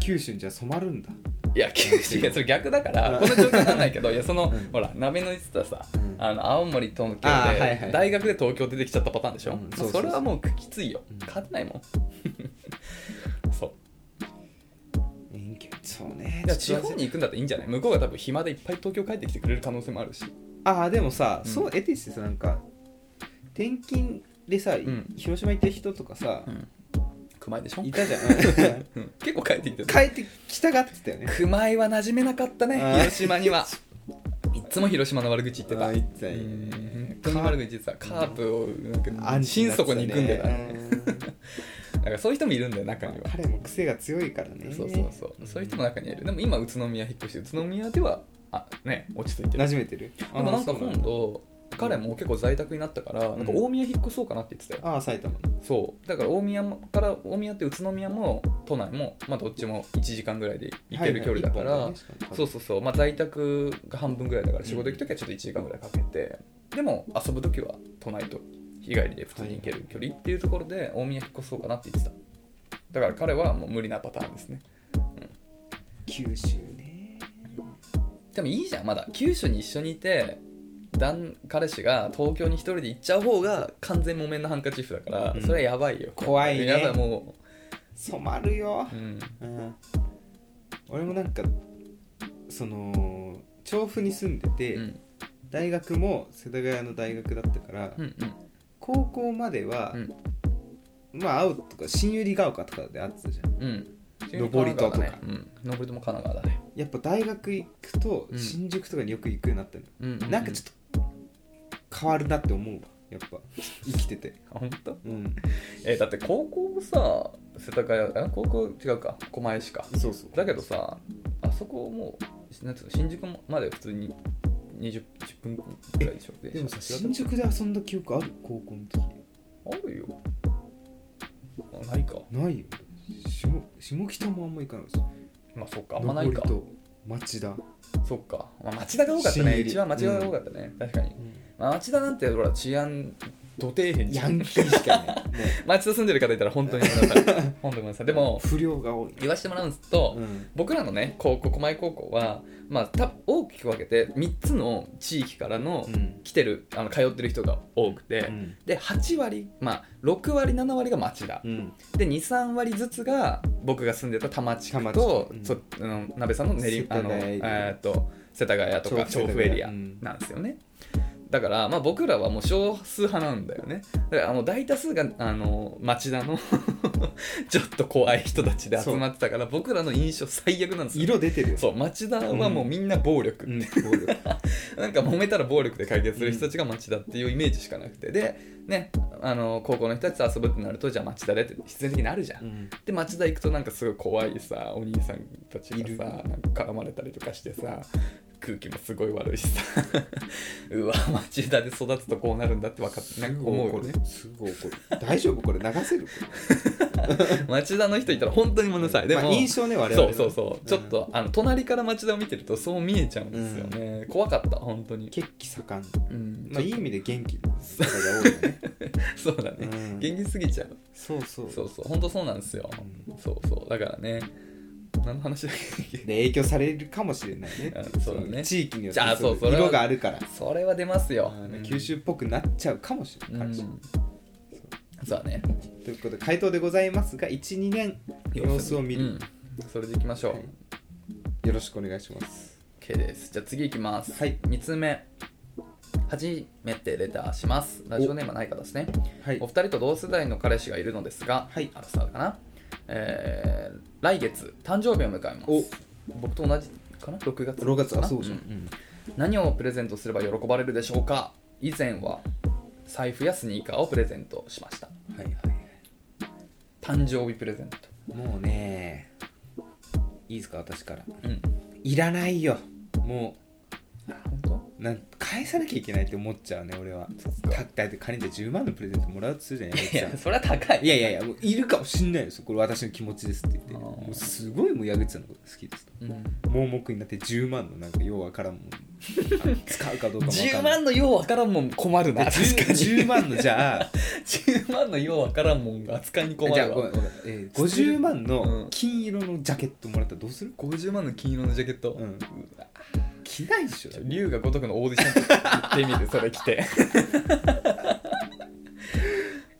九州にじゃあ染まるんだ
いや九州いやそれ逆だから
うん
この状況なんないけどいやその、
うん
ほら鍋の言ってたさ、
うん
あの青森東京で、
あーはいはい
大学で東京出てきちゃったパターンでしょ、
うん
もう
そうそうそ
そうれはもうきついよ、
うん
勝てないもん そう
遠距離そうね
いや地方に行くんだったらいいんじゃない向こうが多分暇でいっぱい東京帰ってきてくれる可能性もあるし
ああでもさ、
うん
そう得てしてさなんか転勤でさ、い
ん
広島行った人とかさ、
うん熊井でしょ、
いた じゃん
うん結構帰ってきてる
帰ってきたがってたよね
熊井は馴染めなかったね
あー
広 島にはいっつも広島の悪口言ってた
あー言ってたね
うん本当に悪口言ってたカープをなんか
安心だ
心
った
底
ね
に憎んでたねだからそういう人もいるんだよ中には
彼も癖が強いからね
そうそうそうそういう人も中にいるでも今宇都宮引っ越して宇都宮ではあね落ち着いて
馴
る
染めてるで
でもなんか今度彼も結構在宅になったからなんか大宮引っ越そうかなって言ってたよ
ああ埼玉
そうだから大宮もから大宮って宇都宮も都内もまあどっちも1時間ぐらいで行ける距離だから、
はいはい一本だね
そうそうそう、まあ、在宅が半分ぐらいだから
うん
仕事行く時はちょっと1時間ぐらいかけて、でも遊ぶ時は都内と日帰りで普通に行ける距離っていうところで大宮引っ越そうかなって言ってただから彼はもう無理なパターンですね
九州ね
でもいいじゃんまだ九州に一緒にいて旦彼氏が東京に一人で行っちゃう方が完全木綿のハンカチーフだから、
うん
それはやばいよ
怖いね
やばいも
染まるよ
う、うん、
うん俺もなんかその調布に住んでて、
うん
大学も世田谷の大学だったから、
うんうん
高校までは、
うん
まあ会うとか新百合ヶ丘とかで会ってたじゃん
うん
登戸とか
ねうん、登戸も神奈川だね、
やっぱ大学行くと
うん
新宿とかによく行くようになったの、
うんう
なんかちょっと変わるなって思うわやっぱ生きてて
っと本当
うん
えーだって高校さ世田谷あ高校違うか狛江市か
そうそう
だけどさあそこもうなんつうの新宿まで普通に20 10分ぐらいでしょ
でもさ
電車違
新
う
宿で遊んだ記憶ある高校の時
あるよあないか
ないよ下下北もあんま行かないです
まあそっかあんまないか
登戸町田、
そっか、まあ、町田が多かったね
新入り
一番町田が多かったね、確かに、
うん
まあ、町田なんてほら治安土底辺じ
ヤ
ゃん
ンキーしかいないも
町田住んでる方いたら本当にごめんなさい本当ごめんなさいで も
う不良が多い、
言わせてもらうんですと、
うん
僕らのね高校狛江高校は、まあ、た大きく分けて3つの地域からの
うん
来てるあの通ってる人が多くて、
うん
で8割まあ6割7割が町田
うん
で23割ずつが僕が住んでた多摩地区と
多摩地区うん
そうん、鍋さんの練り
世
あ
田
の、
谷エリア
えーっと世田谷とか
調
調
布
布エリ
世
ア
田谷うん
なんですよね、だから、まあ、僕らはもう少数派なんだよねだからあの大多数があの町田の ちょっと怖い人たちで集まってたから僕らの印象最悪なんですよ
色出てるよ
そう町田はもうみんな暴力、
うん、暴力
なんか揉めたら暴力で解決する人たちが町田っていうイメージしかなくてでねあの高校の人たちと遊ぶってなるとじゃあ町田でって必然的になるじゃん、
うん
で町田行くとなんかすごい怖いさお兄さんたち
い
が
る
さなんか絡まれたりとかしてさ空気もすごい悪いしさ うわ町田で育つとこうなるんだって分かってなんか思うよね
すぐ怒る大丈夫これ流せる
町田の人いたら本当にごめんなさいでも、
まあ印象ね我々
そ
の
うそうそう、ちょっとあの隣から町田を見てるとそう見えちゃうんですよね、怖かった本当に、
血気盛ん
うん
まあいい意味で元気な方が多いよね
そうだね、
うん
元気すぎちゃう
そうそう
そうそう本当そうなんですよ、
う
そうそうだからね何の話だっけ
で影響されるかもしれないね
あそうだね
地域によって
じゃあそう
その
それは
色があるから
それは出ますよ、
うん九州っぽくなっちゃうかもしれ
う
ない、
んそうだね
ということで回答でございますが12年様子を見る、
うんそれでいきましょう、
はいよろしくお願いします
OK ですじゃあ次いきます
はい
3つ目初めてレターしますラジオネームはない方ですね
はい
お二人と同世代の彼氏がいるのですが、
はい
アラサーかな、えー来月誕生日を迎えます
お
僕と同じかな6月
6月
か
あ
な
そうじゃん、
ん何をプレゼントすれば喜ばれるでしょうか以前は財布やスニーカーをプレゼントしました
はいはい
誕生日プレゼント
はいもうねいいですか私から
うん
いらないよも
本当
うなん返さなきゃいけないって思っちゃうね俺は
そっか
ただって仮にじゃあ10万のプレゼントもらうとするじゃない
い
ですか
やそれは高い
いやいやいやもういるかもしんないですよこれ私の気持ちですって言って
あー
もうすごいもう矢口さんのこと好きですと
うん、
盲目になって10万のなんかようわからん もんあの使うかどうかもわか
10
んない
万のようわからんもん困るな
で
確かに
10, 万のじゃあ
10万のようわからんもんが扱いに困
じゃあ
る
ごめ
わ
んごめん、えー、50万
う
の
ん
金色のジャケットもらったらどうする、
50万の金色のジャケット、
うん、
わ
着ないでしょ
龍が如くのオーディション行ってみるそれ着て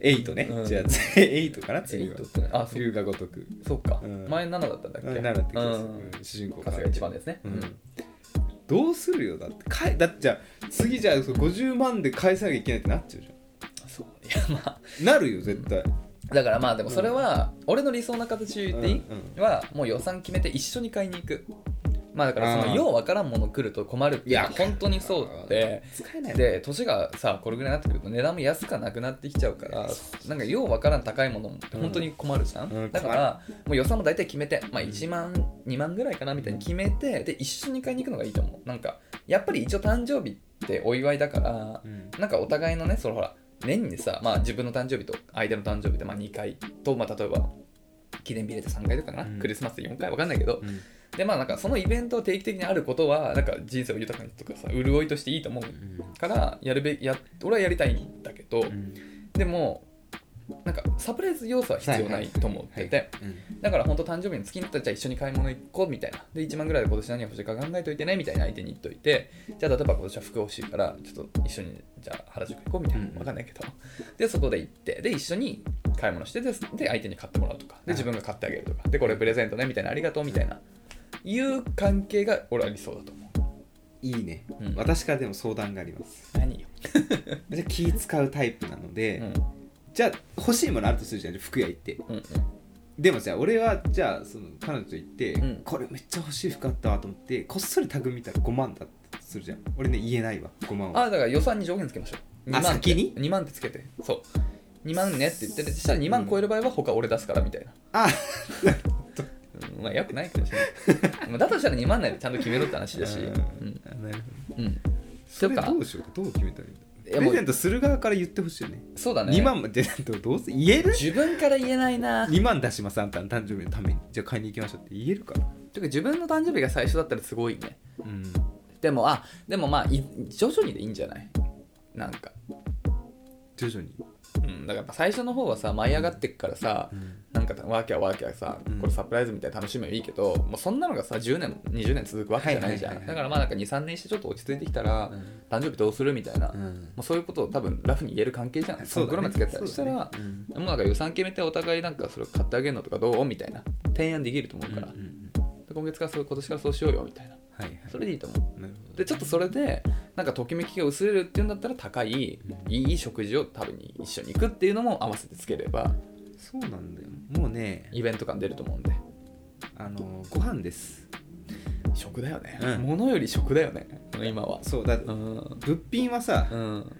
8ね、
うん
じゃあ 8かな次は
8ってね あそう
龍が如く
そうか、
うん
前7だったんだっけ
うんなるってきます、
うん
うん主人公
春日一番ですね、
うんどうするよだってかえだってじゃあ次じゃあそう50万で返さなきゃいけないってなっちゃうじ
そういやまあ
ゃんなるよ絶対、
だからまあでもそれは俺の理想な形でいい、
う
はもう予算決めて一緒に買いに行くまあだからそ
あ
の
ー
ようわからんもの来ると困るっていうのはい
や
本当にそうで
使えないで
で年がさこれぐらいになってくると値段も安くはなくなってきちゃうからなんかようわからん高いものも本当に困るじゃん、
うん
だからもう予算も大体決めて、まあ、1万2万ぐらいかなみたいに決めてで一緒に買いに行くのがいいと思うなんかやっぱり一応誕生日ってお祝いだから
うん
なんかお互いのねそのほら年にさ、まあ、自分の誕生日と相手の誕生日でまあ2回と、まあ、例えば記念日入れて3回とかかな、
うん
クリスマスで4回わかんないけど、
うん
でまあなんかそのイベントを定期的にあることはなんか人生を豊かにとかさ潤いとしていいと思うからやるべや俺はやりたいんだけど、
うん
でもなんかサプライズ要素は必要ないと思ってて、だから本当誕生日に月になったらじゃあ一緒に買い物行こうみたいなで1万ぐらいで今年何が欲しいか考えといてねみたいな相手に言っといてじゃあ例えば今年は服欲しいからちょっと一緒にじゃあ原宿行こうみたいな
うん
わかんないけどでそこで行ってで一緒に買い物してでで相手に買ってもらうとかで自分が買ってあげるとかでこれプレゼントねみたいなありがとうみたいないう関係が俺は理想だと思う
いいね、
うん
私からでも相談があります
何よ、
じゃあ気使うタイプなので、
うんうん
じゃあ欲しいものあるとするじゃん服屋行って
うん、
でもじゃあ俺はじゃあその彼女と行って、
うん
これめっちゃ欲しい服あったわと思ってこっそりタグ見たら5万だったとするじゃん俺ね言えないわ5万
あ
は
だから予算に上限つけましょう
あ
2万って
先に
?2 万ってつけてそう2万ねって言ってでそしたら2万超える場合は他俺出すからみたいな
あ
うんまあよくないかもしれ ないまあだとしたら2万内でちゃんと決めろって話だし
う
うん
んあなるほど
うん
それ
とか
どうしようかどう決めたらいいんだプ
いやも
レ
う
ゼントする側から言ってほしいよね
そうだね
2万までどうせ言える
自分から言えないな
2万出しますあんたの誕生日のためにじゃあ買いに行きましょうって言えるから
てか自分の誕生日が最初だったらすごいね
うん
でもあでもまあい徐々にでいいんじゃないなんか
徐々に
うん、だからやっぱ最初の方はさ舞い上がってっからさ、
ん
なんかワーキャーワーキャーさ、
うん
これサプライズみたいな楽しみはいいけどもうそんなのがさ10年20年続くわけじゃないじゃ
はい
ん
はい
だ
はい
からまあなんか23年してちょっと落ち着いてきたら、
うん
誕生日どうするみたいな、
う
も
ん
うそういうことを多分ラフに言える関係じゃないそ
そう
の
だね
頃まで付き合ってたりしたら、
そうだねうん
もうなんか予算決めてお互いなんかそれ買ってあげるのとかどうみたいな提案できると思うから、
うんうんうん
で今月からそう今年からそうしようよみたいな
はいはい
それでいいと思う
なるほど
でちょっとそれでなんかときめきが薄れるっていうんだったら高いいい食事を食べに一緒に行くっていうのも合わせてつければ
そうなんだよもうね
イベント感出ると思うんで
あのご飯です
食だよね、
うん
物より食だよね今は
そうだ
うん
物品はさ
うん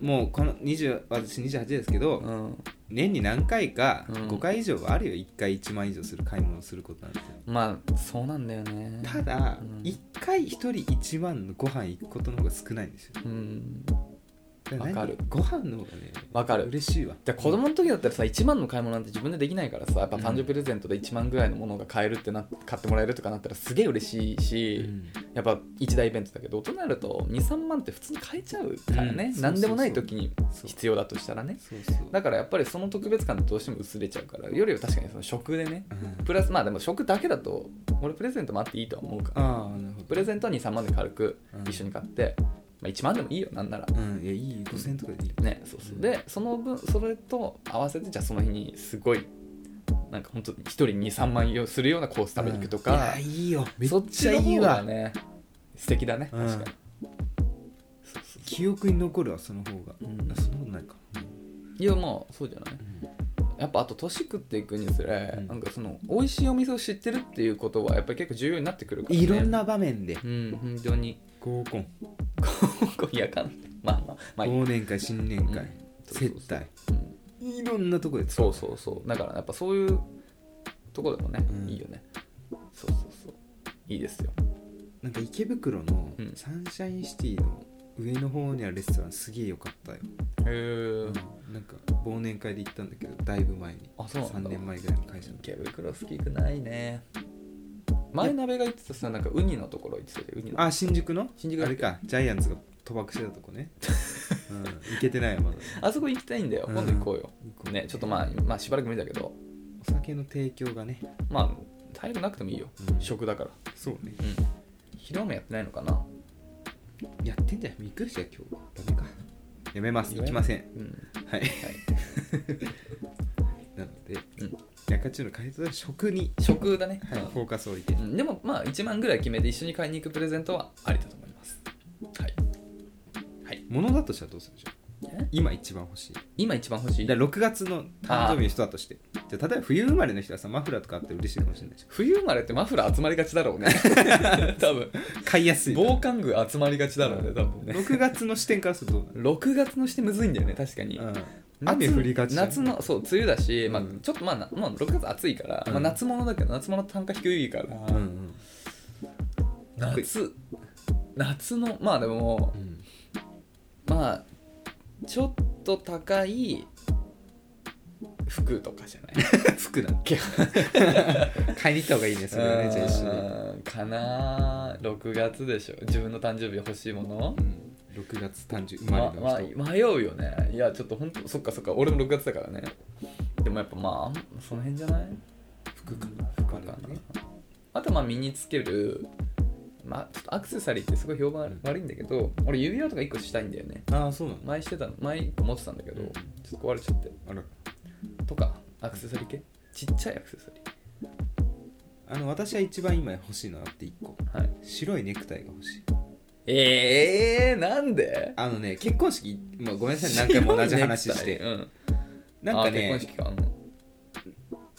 もうこの20私28ですけど
うん
年に何回か
うん
5回以上はあるよ1回1万以上する買い物をすることなんですよ
まあそうなんだよね
ただ
うん
1回1人1万のご飯行くことの方が少ないんですよ
うん
だら何
わかる
ご飯の方がね
わかる
嬉しいわ
じゃあ子供の時だったらさ1万の買い物なんて自分でできないからさやっぱ誕生日プレゼントで1万ぐらいのものが買えるってな買ってもらえるとかなったらすげえ嬉しいうし、
ん
やっぱ一大イベントだけど大人になると23万って普通に買えちゃうから
うんそう
ね
そうそう
何でもない時に
そう
必要だとしたらね
そうそう
だからやっぱりその特別感ってどうしても薄れちゃうからよりは確かにその食でね
うん
プラスまあでも食だけだと俺プレゼントもあっていいとは思うから
ああなるほ
プ
ど
レゼントは23万で軽く
うん
一緒に買って、まあ、1万でもいいよなんなら
うんいやいい5000円とかでいい
ねそうそうでその分それと合わせてじゃあその日にすごいなんか本当一1人23万円するようなコース食べに行くとか
うんいやいいよめっ
そっ
ち
ち
ゃ
の
いい
方が
わ
ね素敵だね
うん
確かに、そうそう
記憶に残るわその方が
うん
あそんなことないか
いやまあそうじゃないやっぱあと年食っていくにつれ、
うん
なんかその美味しいお店を知ってるっていうことはやっぱり結構重要になってくるから、ね、
いろんな場面で
うん本当 に
合コン
こういやかんまあまあまあいい
忘年会新年
う
会
ん
接待いろんなとこで使う
そうそうそう,、そうそうそうだからやっぱそういうところでもね、
うん
いいよねそうそうそういいですよ
なんか池袋の
うん
サンシャインシティの上の方にあるレストランすげえ良かったよ、
へえ
なんか忘年会で行ったんだけどだいぶ前に
あそうな
3
んだ
年前ぐらいの会社の
池袋好きくないね前鍋が言ってたさなんかウニのところ行ってたよウニの
あ新宿の
新宿だ
あ
っ
れ
け
かジャイアンツが賭博してたとこね、うん、行けてないよまだ
あそこ行きたいんだよ
うん
今度行こうよ、
行こう
ねちょっとまあ、まあ、しばらく無理だけど
お酒の提供がね、
まあ体力なくてもいいよ、
うん
食だから
そうね
うん昼間もやってないのかな
やってんじゃんびっくりしたよ今日ダメかやめます
やめ
行きません
うん
はい なので
うん
中中の回答は食に、
食だね、
はい、
うん
フォーカスを置いて
うんでもまあ1万ぐらい決めて一緒に買いに行くプレゼントはありだと思いますはいはい
物だとしたらどうするでしょう今一番欲しい
今一番欲しい
だから6月の誕生日の人だとしてじゃあ例えば冬生まれの人はさマフラーとかあって嬉しいかもしれないじ
冬生まれってマフラー集まりがちだろ うね多分
ゃん買いやすい
防寒具集まりがちだろうね多分ね
6月の視点からするとどう
6月のしてむずいんだよね確かに、
なの、うん
夏
雨降りがちじゃん
夏のそう梅雨だし、まあ
うん、
ちょっとまあ、なまあ、6月暑いから、
うん
まあ、夏物だけど夏物単価低いから、
うんうん
夏夏のまあでも
うん
まあちょっと高い服とかじゃない
服なんけ買いに行った方がいいねそれはねじゃあ一緒に
うーんかな6月でしょ自分の誕生日欲しいもの
うん6月誕生日生まれ
ま
の人、
ま迷うよねいやちょっと本当そっかそっか俺も6月だからねでもやっぱまあその辺じゃない
服か
と
服
かかなあとまあ身につけるまあちょっとアクセサリーってすごい評判悪いんだけど俺指輪とか1個したいんだよね
ああそうなの
前してたの前1個持ってたんだけど
うん
ちょっと壊れちゃって
あら
とかアクセサリー系ちっちゃいアクセサリ
あの私は一番今欲しいのあって1個
ーはい
白いネクタイが欲しい
ええー、なんで
あのね結婚式、まあ、ごめんなさい何回も同じ話し
白い
て
ネクタイうん、
なんか
あ
ね
結婚式か、うん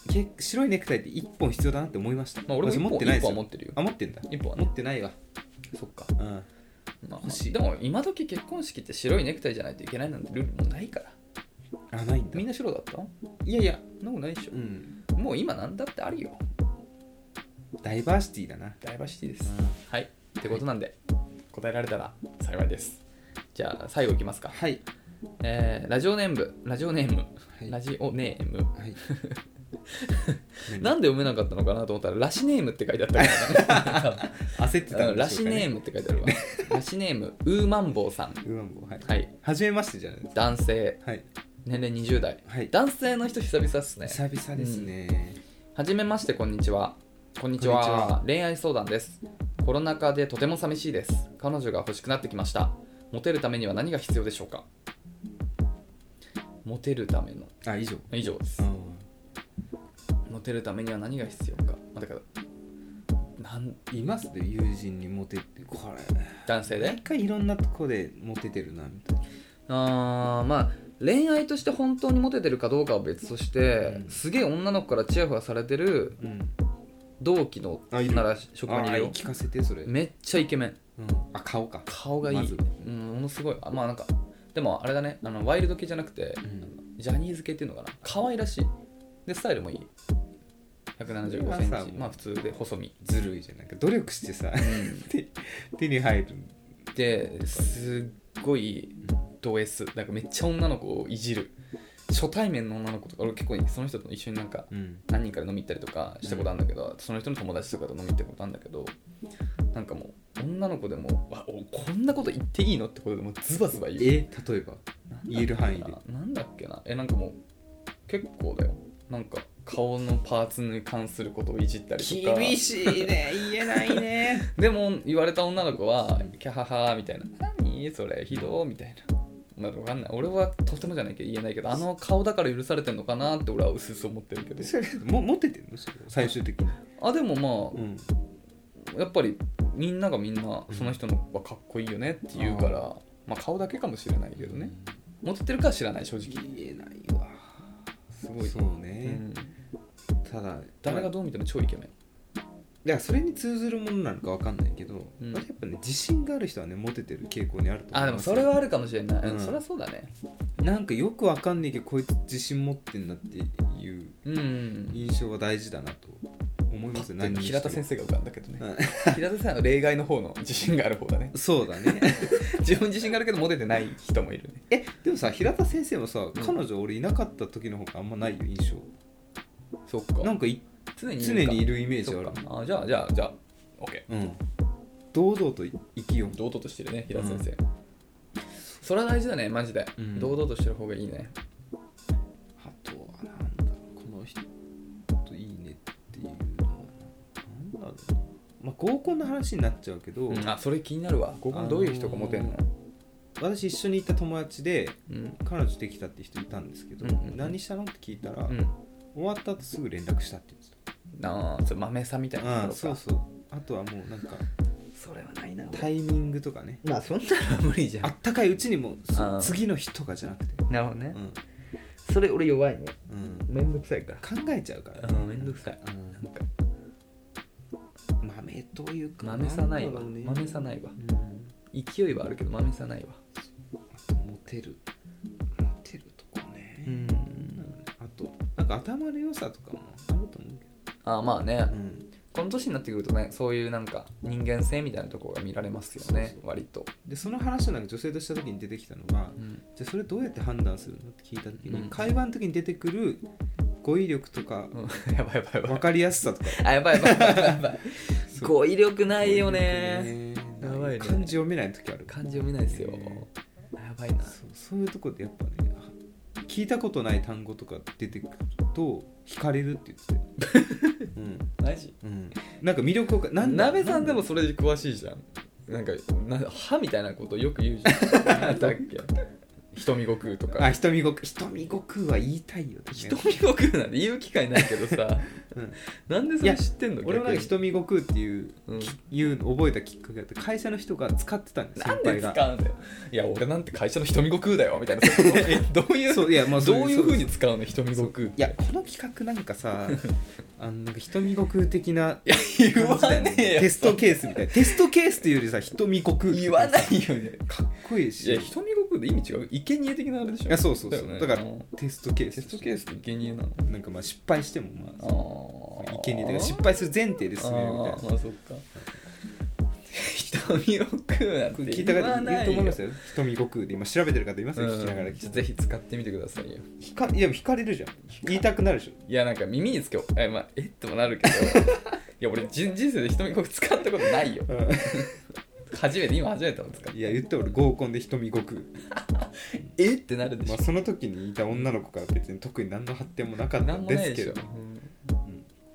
け白いネクタイって1本必要だなって思いました、
まあ、俺も
私
一本
持ってないです
一本は持
よ
ってるよ
あ持ってんだ
一本は
持
ね
ってないわ
そっか、
うん
まあ、欲しいでも今時結婚式って白いネクタイじゃないといけないなんてルールもないから
あないんだ
みんな白だった
いやいや
そんなことないでし
うん
ょもう今なんだってあるよ
ダイバーシティだな
ダイバーシティです、はいってことなんで答えられたら幸いですじゃあ最後いきますか、
はい
えーラジオネームラジオネーム、
はい
ラジオネーム
はい
なんで読めなかったのかなと思ったらラシネームって書いてあったから ね
焦ってたんでしょうか、
う
ね
ん、ラシネームって書いてあるわラシネームウーマンボウさん
うまんぼはい、
はい
初めましてじゃないです
男性
かはい
年齢20代
はい
男性の人久々っすね
久々ですね、
はじめましてこんにちはこんにちは
こんにちは
恋愛相談ですコロナ禍でとても寂しいです彼女が欲しくなってきましたモテるためには何が必要でしょうかモテるための
あ以上
以上です
あ
モテるためには何が必要かまあだからなん
ーいますで友人にモテてこれ
男性で
一回いろんなとこでモテてるなみたいな
あーまあ恋愛として本当にモテてるかどうかは別として、
うん
すげえ女の子からチヤホヤされてる
うん
同期の
あいる
なら職場にいる
あ
よ
ー聞かせてそれ、
めっちゃイケメン
うん、あ顔か
顔がいい、
まず
うん、ものすごいあまあなんかでもあれだねあのワイルド系じゃなくて、
ん
ジャニーズ系っていうのかな可愛らしいでスタイルもいい
これは
175セン
さ
チまあ普通で細身、
ずるいじゃんないか努力してさ
うん
手手に入る
ですっごいド S なんかめっちゃ女の子をいじる初対面の女の子とか俺結構その人と一緒になんか
うん
何人かで飲み行ったりとかしたことあるんだけど、その人の友達とかと飲み行ったことあるんだけどなんかもう女の子でもわおこんなこと言っていいのってことでもうズバズバ言う
え例えば言える範囲で
なんだっけなえなんかもう結構だよなんか顔のパーツに関することをいじったりとか
しいね言えない ね
でも言われた女の子は「キャハハ」みたいな「何それひど」みたいな。まあ、わかんない俺はとてもじゃないけど言えないけどあの顔だから許されてんのかなって俺はうすうす思ってるけど
それもモテてんのそれ最終的に、
あでも
ん、
まあやっぱりみんながみんなその人のはかっこいいよねって言うから、まあ顔だけかもしれないけどねモテてるかは知らない正直
言えないわ
すごい、
そう
う
ね、
ん、
ただ
誰が
まあ
どう見ても超イケメン
いやそれに通ずるものなのかわかんないけど、
うん
まあやっぱね自信がある人はねモテてる傾向にあると思
あ
い
で
ま
も
す
それはあるかもしれない、
うん
そりゃそうだね
なんかよくわかんないけどこいつ自信持ってんなっていう
うん
印象は大事だなと思いますよ何にして
平
も
田先生が浮かんだけどね
うん
平田さんは例外の方の自信がある方 だね
そうだね
自分自信があるけどモテてない人もいるね
えでもさ平田先生もさ、彼女俺いなかった時の方があんまないよ印象
そっか
なんかい
常に
常にい
る
るイメ
イ
ージある
あじゃあじゃあじゃあ OK
うん堂々と生きよう
堂々としてるね平田先生、それは大事だねマジで、
うん
堂々としてる方がいいね
あとはなんだこの人といいねっていうのはなんだろうなまあ合コンの話になっちゃうけど、
うんあそれ気になるわ合コンどういう人がモテるの、
あ私一緒にいた友達で
うん
彼女できたって人いたんですけど、
うんうんうん
何したのって聞いたら、
うん
終わった後すぐ連絡したって言って
ああそれ豆さみたいな
た、うん、
ところ
そう
か
そうあとはもうなんか
それはないな
タイミングとかね
まあそんなのは無理じ
あったかいうちにもうそ
あー
次の日とかじゃなくて、
なるほどね、
うん
それ俺弱いね
うん、
めんどくさいから
考えちゃうから、
うんめんどくさい
うん
なんか
豆というか
豆さない
んだ
わ
ろうね
豆さないわ
うん
勢いはあるけど豆さないわ
あとモテるモテるとこね、なんかねあとなんか頭の良さとかもあると思うけ
ああまあね、
ど、うん、
この年になってくるとねそういうなんか人間性みたいなところが見られますよね
そう
割と、
でその話をなんか女性とした時に出てきたのが、
うん、
じゃあそれどうやって判断するのって聞いた時に、
うん
会話の時に出てくる語彙力とか、
やばいやばいやば
分
い
かりやすさとか
あ やばいやばいやばいやばい
そう
語彙力ないよ
語彙
ね
力ね
やばいね
漢字読めない時ある
漢字読めないですよ
ね
やばいな
そうそういうとこでやっぱねあ聞いたことない単語とか出てくると惹かれるって言っ てたよ
マジ
うん、うん、なんか魅力をかなんだ
鍋さんでもそれ詳しいじゃんなんかな歯みたいなことよく言うじゃんなん だっけ瞳悟空とか
あ瞳悟空瞳悟空は言いたいよね
瞳悟空なんて言う機会ないけど さ、
うん
なんでそれ知ってんの
俺もなんか
逆
瞳悟空っていう,、
うん
いうの覚えたきっかけがあって会社の人が使ってたんです
になんで使うんだよいや俺なんて会社の瞳悟空だよみたいな どういう
そういやまあ
どういうふうに
い
使うの瞳悟空って
やこの企画なんか さあのなんか瞳悟空的ない
や言わねえよ
テストケースみたいなテストケースというよりさ瞳悟空
言わないいよね
かっこいいし
いや瞳悟空って意味違う生贄的なあれでし
い
ょ
やそうそうそうだ,、
よね
から
うん
テストケース
テストケースって生贄なの
なんかまあ失敗してもまあ
ああ
いけにえというか失敗する前提で進めるみたいな
あーまあそっか瞳を食うなん
これ
て
聞いた
言わ
方い
な
る
い
と思い
よ
ますよ瞳悟空で今調べてる方いますよ、聞きながら
うんぜひ使ってみてくださいよ
ひかいやでも惹かれるじゃん言いたくなるでしょ
いやなんか耳につけようえ,、まあ、えっともな るけどいや俺人人生で瞳こく使ったことないよ初めて今初めても使う
いや言って俺合コンで瞳悟空、
えってなるでし
ま
ょ
あ、、その時にいた女の子から別に特に何の発展もなかった
なん
ん
も
で
ない
す
で
け
しょ
ど、
うん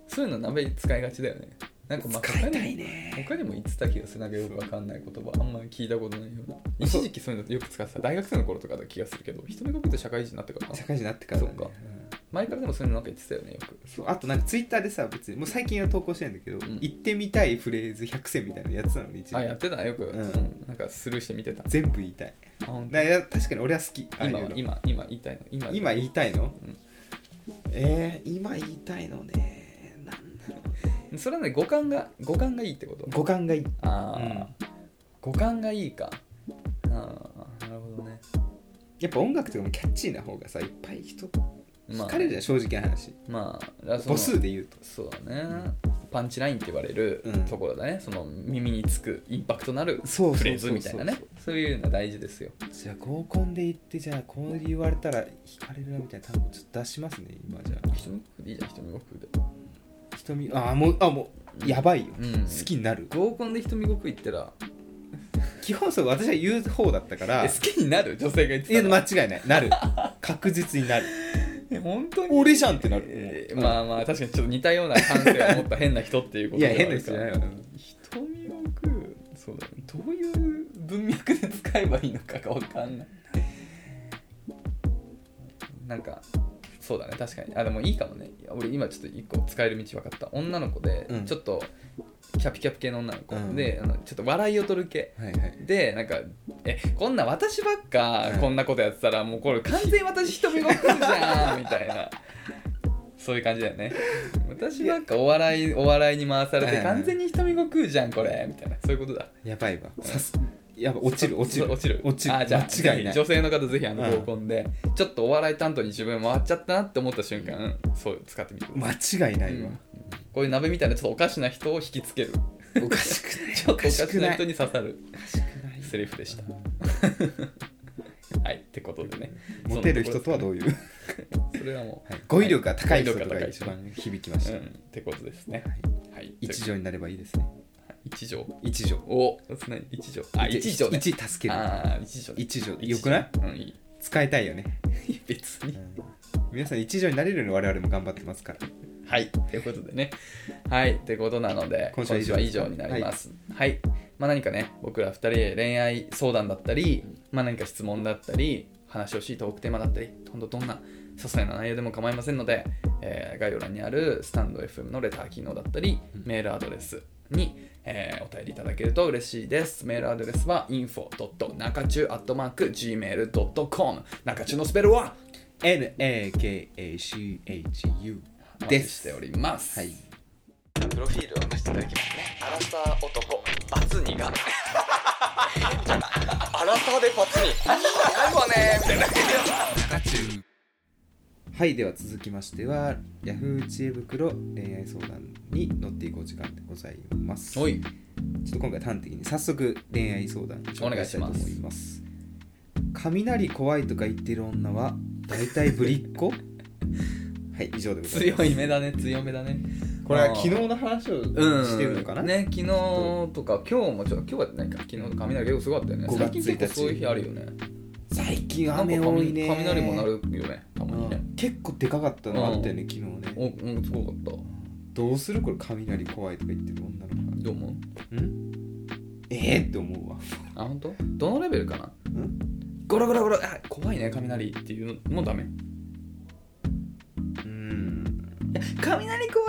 そういうの鍋使いがちだよねなんかまあ
使いたい
他に
ね
他にも言ってた気がするなんかよくわかんない言葉あんまり聞いたことないような
あそう
一時期そういうのよく使ってた大学生の頃とかだ気がするけど瞳こくって社会人になってからかな
社会人になってからだね
そっか
うん
前からでもそういうのなんか言ってたよねよく
そうあとなんかツイッターでさ別にもう最近は投稿してないんだけど、
ん
言ってみたいフレーズ100選みたいなのやつなのに一
あ
応
やってたよく、
うん
うんなんかスルーして見てた
全部言いたい
あ本当
だから確かに俺は好きああいう
今
の
は今今言いたいの今
今言いたいの、
うん
えー、今言いたいのねなんだろう
それはね五感が五感がいいってこと
五感がいい
ああ、
うん
五感がいいかああなるほどね
やっぱ音楽とかもキャッチーな方がさいっぱい人惹
まあ
かれるじゃん正直な話
まあだからその
母数で言うと
そうだね、パンチラインって言われる
うん
ところだね、その耳につくインパクトなる
そうそうそうそう
フレーズみたいなねそういうの大事ですよ
じゃあ合コンで言ってじゃあこう言われたら惹かれるなみたいな単語ちょっと出しますね今じゃあ
人目でいいじゃん人目で
瞳あーもうあもうやばいよ、
うん
好きになる
合コンで人目ごく行ったら
基本そう私は言う方だったから
え好
い
きになる女性が言って
や
たら
間違いないなる確実になる
え本当に
俺じゃんってなる、
えーまあまあ確かにちょっと似たような感性を持った変な人っていうこと
いや変な人じゃない
よ
よね
瞳を食うそうだねどういう文脈で使えばいいのかが分かんないなんかそうだね確かにあでもいいかもねいや俺今ちょっと一個使える道分かった女の子で、
うん
ちょっとキャピキャピ系の女の子、
うん
であのちょっと笑いを取る系
はいはい
でなんか「えこんな私ばっか
うん
こんなことやってたらもうこれ完全に私人目が来るじゃん」みたいなそういう感じだよね私ばっかお笑いお笑いに回され
う
て
ん
完全に人目が来るじゃんこれみたいなそういうことだ
やばいわさすやばい落ちる落ちる
落ちる
落ち
あじゃあ
間違いない
ぜひ女性の方ぜひあ
う
の
ん
合コンでちょっとお笑い担当に自分回っちゃったなって思った瞬間そう使ってみてください
間違いないわ、
こういう鍋みたいなちょっとおかしな人を引きつける
おかしくない
ち ょっとおかしな人
に
に刺さる
ない
セリフで したはいってことでね
モテる人とはど
う
ういう
それはもう、
はい語彙力が高い人とか
語
が
彙
一
力が高い
番
人
響きまし
う
た、
ん、ってことですね
はい
はい
一条になればいいですね
一条
一条
おそんなに一条あ一条ね
一助ける
ああ一条ね
一条よくない
一条うんいい
使いたいよね、
別に
皆さん一条になれるように我々も頑張ってますから
はいってことでねはいってことなので
今
今
週
週
は以上
は以上になりますはい、まあ何かね僕ら2人で恋愛相談だったり、まあ何か質問だったり話してほしいトークテーマだったりどんどんどんな些細な内容でも構いませんので、えー概要欄にあるスタンド FM のレター機能だったり、メールアドレスに、えーお便りいただけると嬉しいです。メールアドレスは info.nakachu.gmail.com 中中のスペルは
NAKACHU
お
で
待ちし
す
ております。
はい
プロフィールを出していただきますね。アラサー男、バツニが。アラサーでバツニ。ないわねみたいな。
はいでは続きましては Yahoo 知恵袋恋愛相談に乗っていくお時間でございます
おい、
ちょっと今回端的に早速恋愛相談紹介したいと思います雷怖いとか言ってる女は大体ぶりっ 子はい以上でございます
強い目だね、強めだね。
これは
あー
昨日の話を
うん、
してるのかな、
ね、昨日とか、今日もちょっと、今日はないか、昨日の雷結構すごかったよね。
5
最近
月1日
結構そういう日あるよね。
最近
なんか
雨多いね
雷雷も鳴るよね、たまに
う
ね。
ん結構でかかったのあったよね、昨日ね
お、うん、すごかった。
どうするこれ雷怖いとか言ってる女の子
どう思うん
えー、って思うわ
あ、本当？どのレベルかなんゴロゴロゴロ、あ、怖いね、雷っていうのもダメ。
うん
雷怖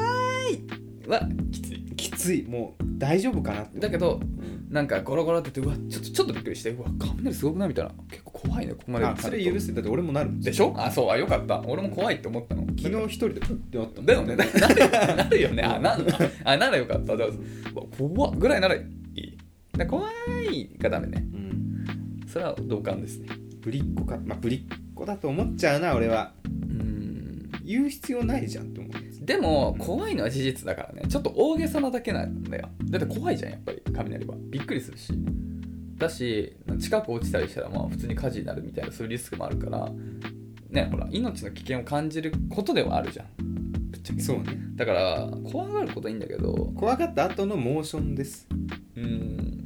いはきつい
きついもう大丈夫かなって
だけど
うん
なんかゴロゴロって言ってうわちょっとちょっとびっくりしてうわ雷すごくないみたいな結構怖いねここまで
あそれ許せだって俺もなるもん
でしょあそうあよかった俺も怖いって思ったの
昨日一人でプッてなったもん
だよね ななるよねなるよねあなんだあならよかっただからうわ怖っぐらいならいいだから怖いがダメね
うん
それは同感ですね
ぶりっ子かまあぶりっ子だと思っちゃうな俺は
うーん
言う必要ないじゃんって思う
でも怖いのは事実だからねちょっと大げさなだけなんだよだって怖いじゃんやっぱり雷はびっくりするしだし近く落ちたりしたらまあ普通に火事になるみたいなそういうリスクもあるからねほら命の危険を感じることではあるじゃんぶっちゃけ
そうね
だから怖がることはいいんだけど
怖がった後のモーションです
うん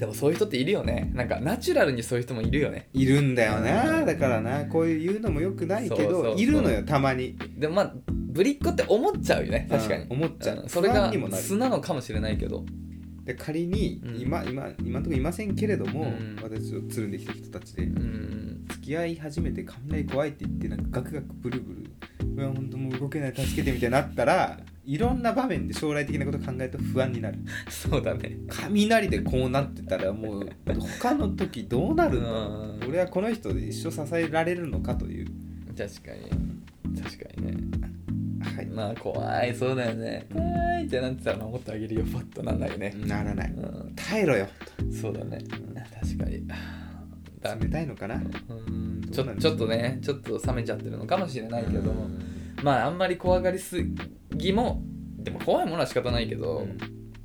でもそういう人っているよねなんかナチュラルにそういう人もいるよね
いるんだよな
うん
だからなこういう言うのもよくないけど
そうそうそう
いるのよたまに
でもまあぶりっ子って思っちゃうよね確かに、
うん思っちゃう、
うんそれ
不
が
安にもなる
素なのかもしれないけど
で仮に
うん
今、今今のところいませんけれども、
うん
私とつるんできた人たちで
うん
付き合い始めて雷怖いって言ってなんかガクガクブルブルうわ本当もう動けない助けてみたいになったらいろんな場面で将来的なこと考えると不安になる
そうだね
雷でこうなってたらもう他の時どうなるんだろう
うん
俺はこの人で一生支えられるのかという
確かに確かにね
はい
まあ怖いそうだよね怖いってなってたら守ってあげるよパッとなんないよね
ならない
うん
耐えろよ
そうだね確かにダメ
冷たいのかな
うんち
どう
ょ
なんで
ち
しょ
ょ
う
っとねちょっと冷めちゃってるのかもしれないけど
うん
まああんまり怖がりすぎもでも怖いものは仕方ないけど、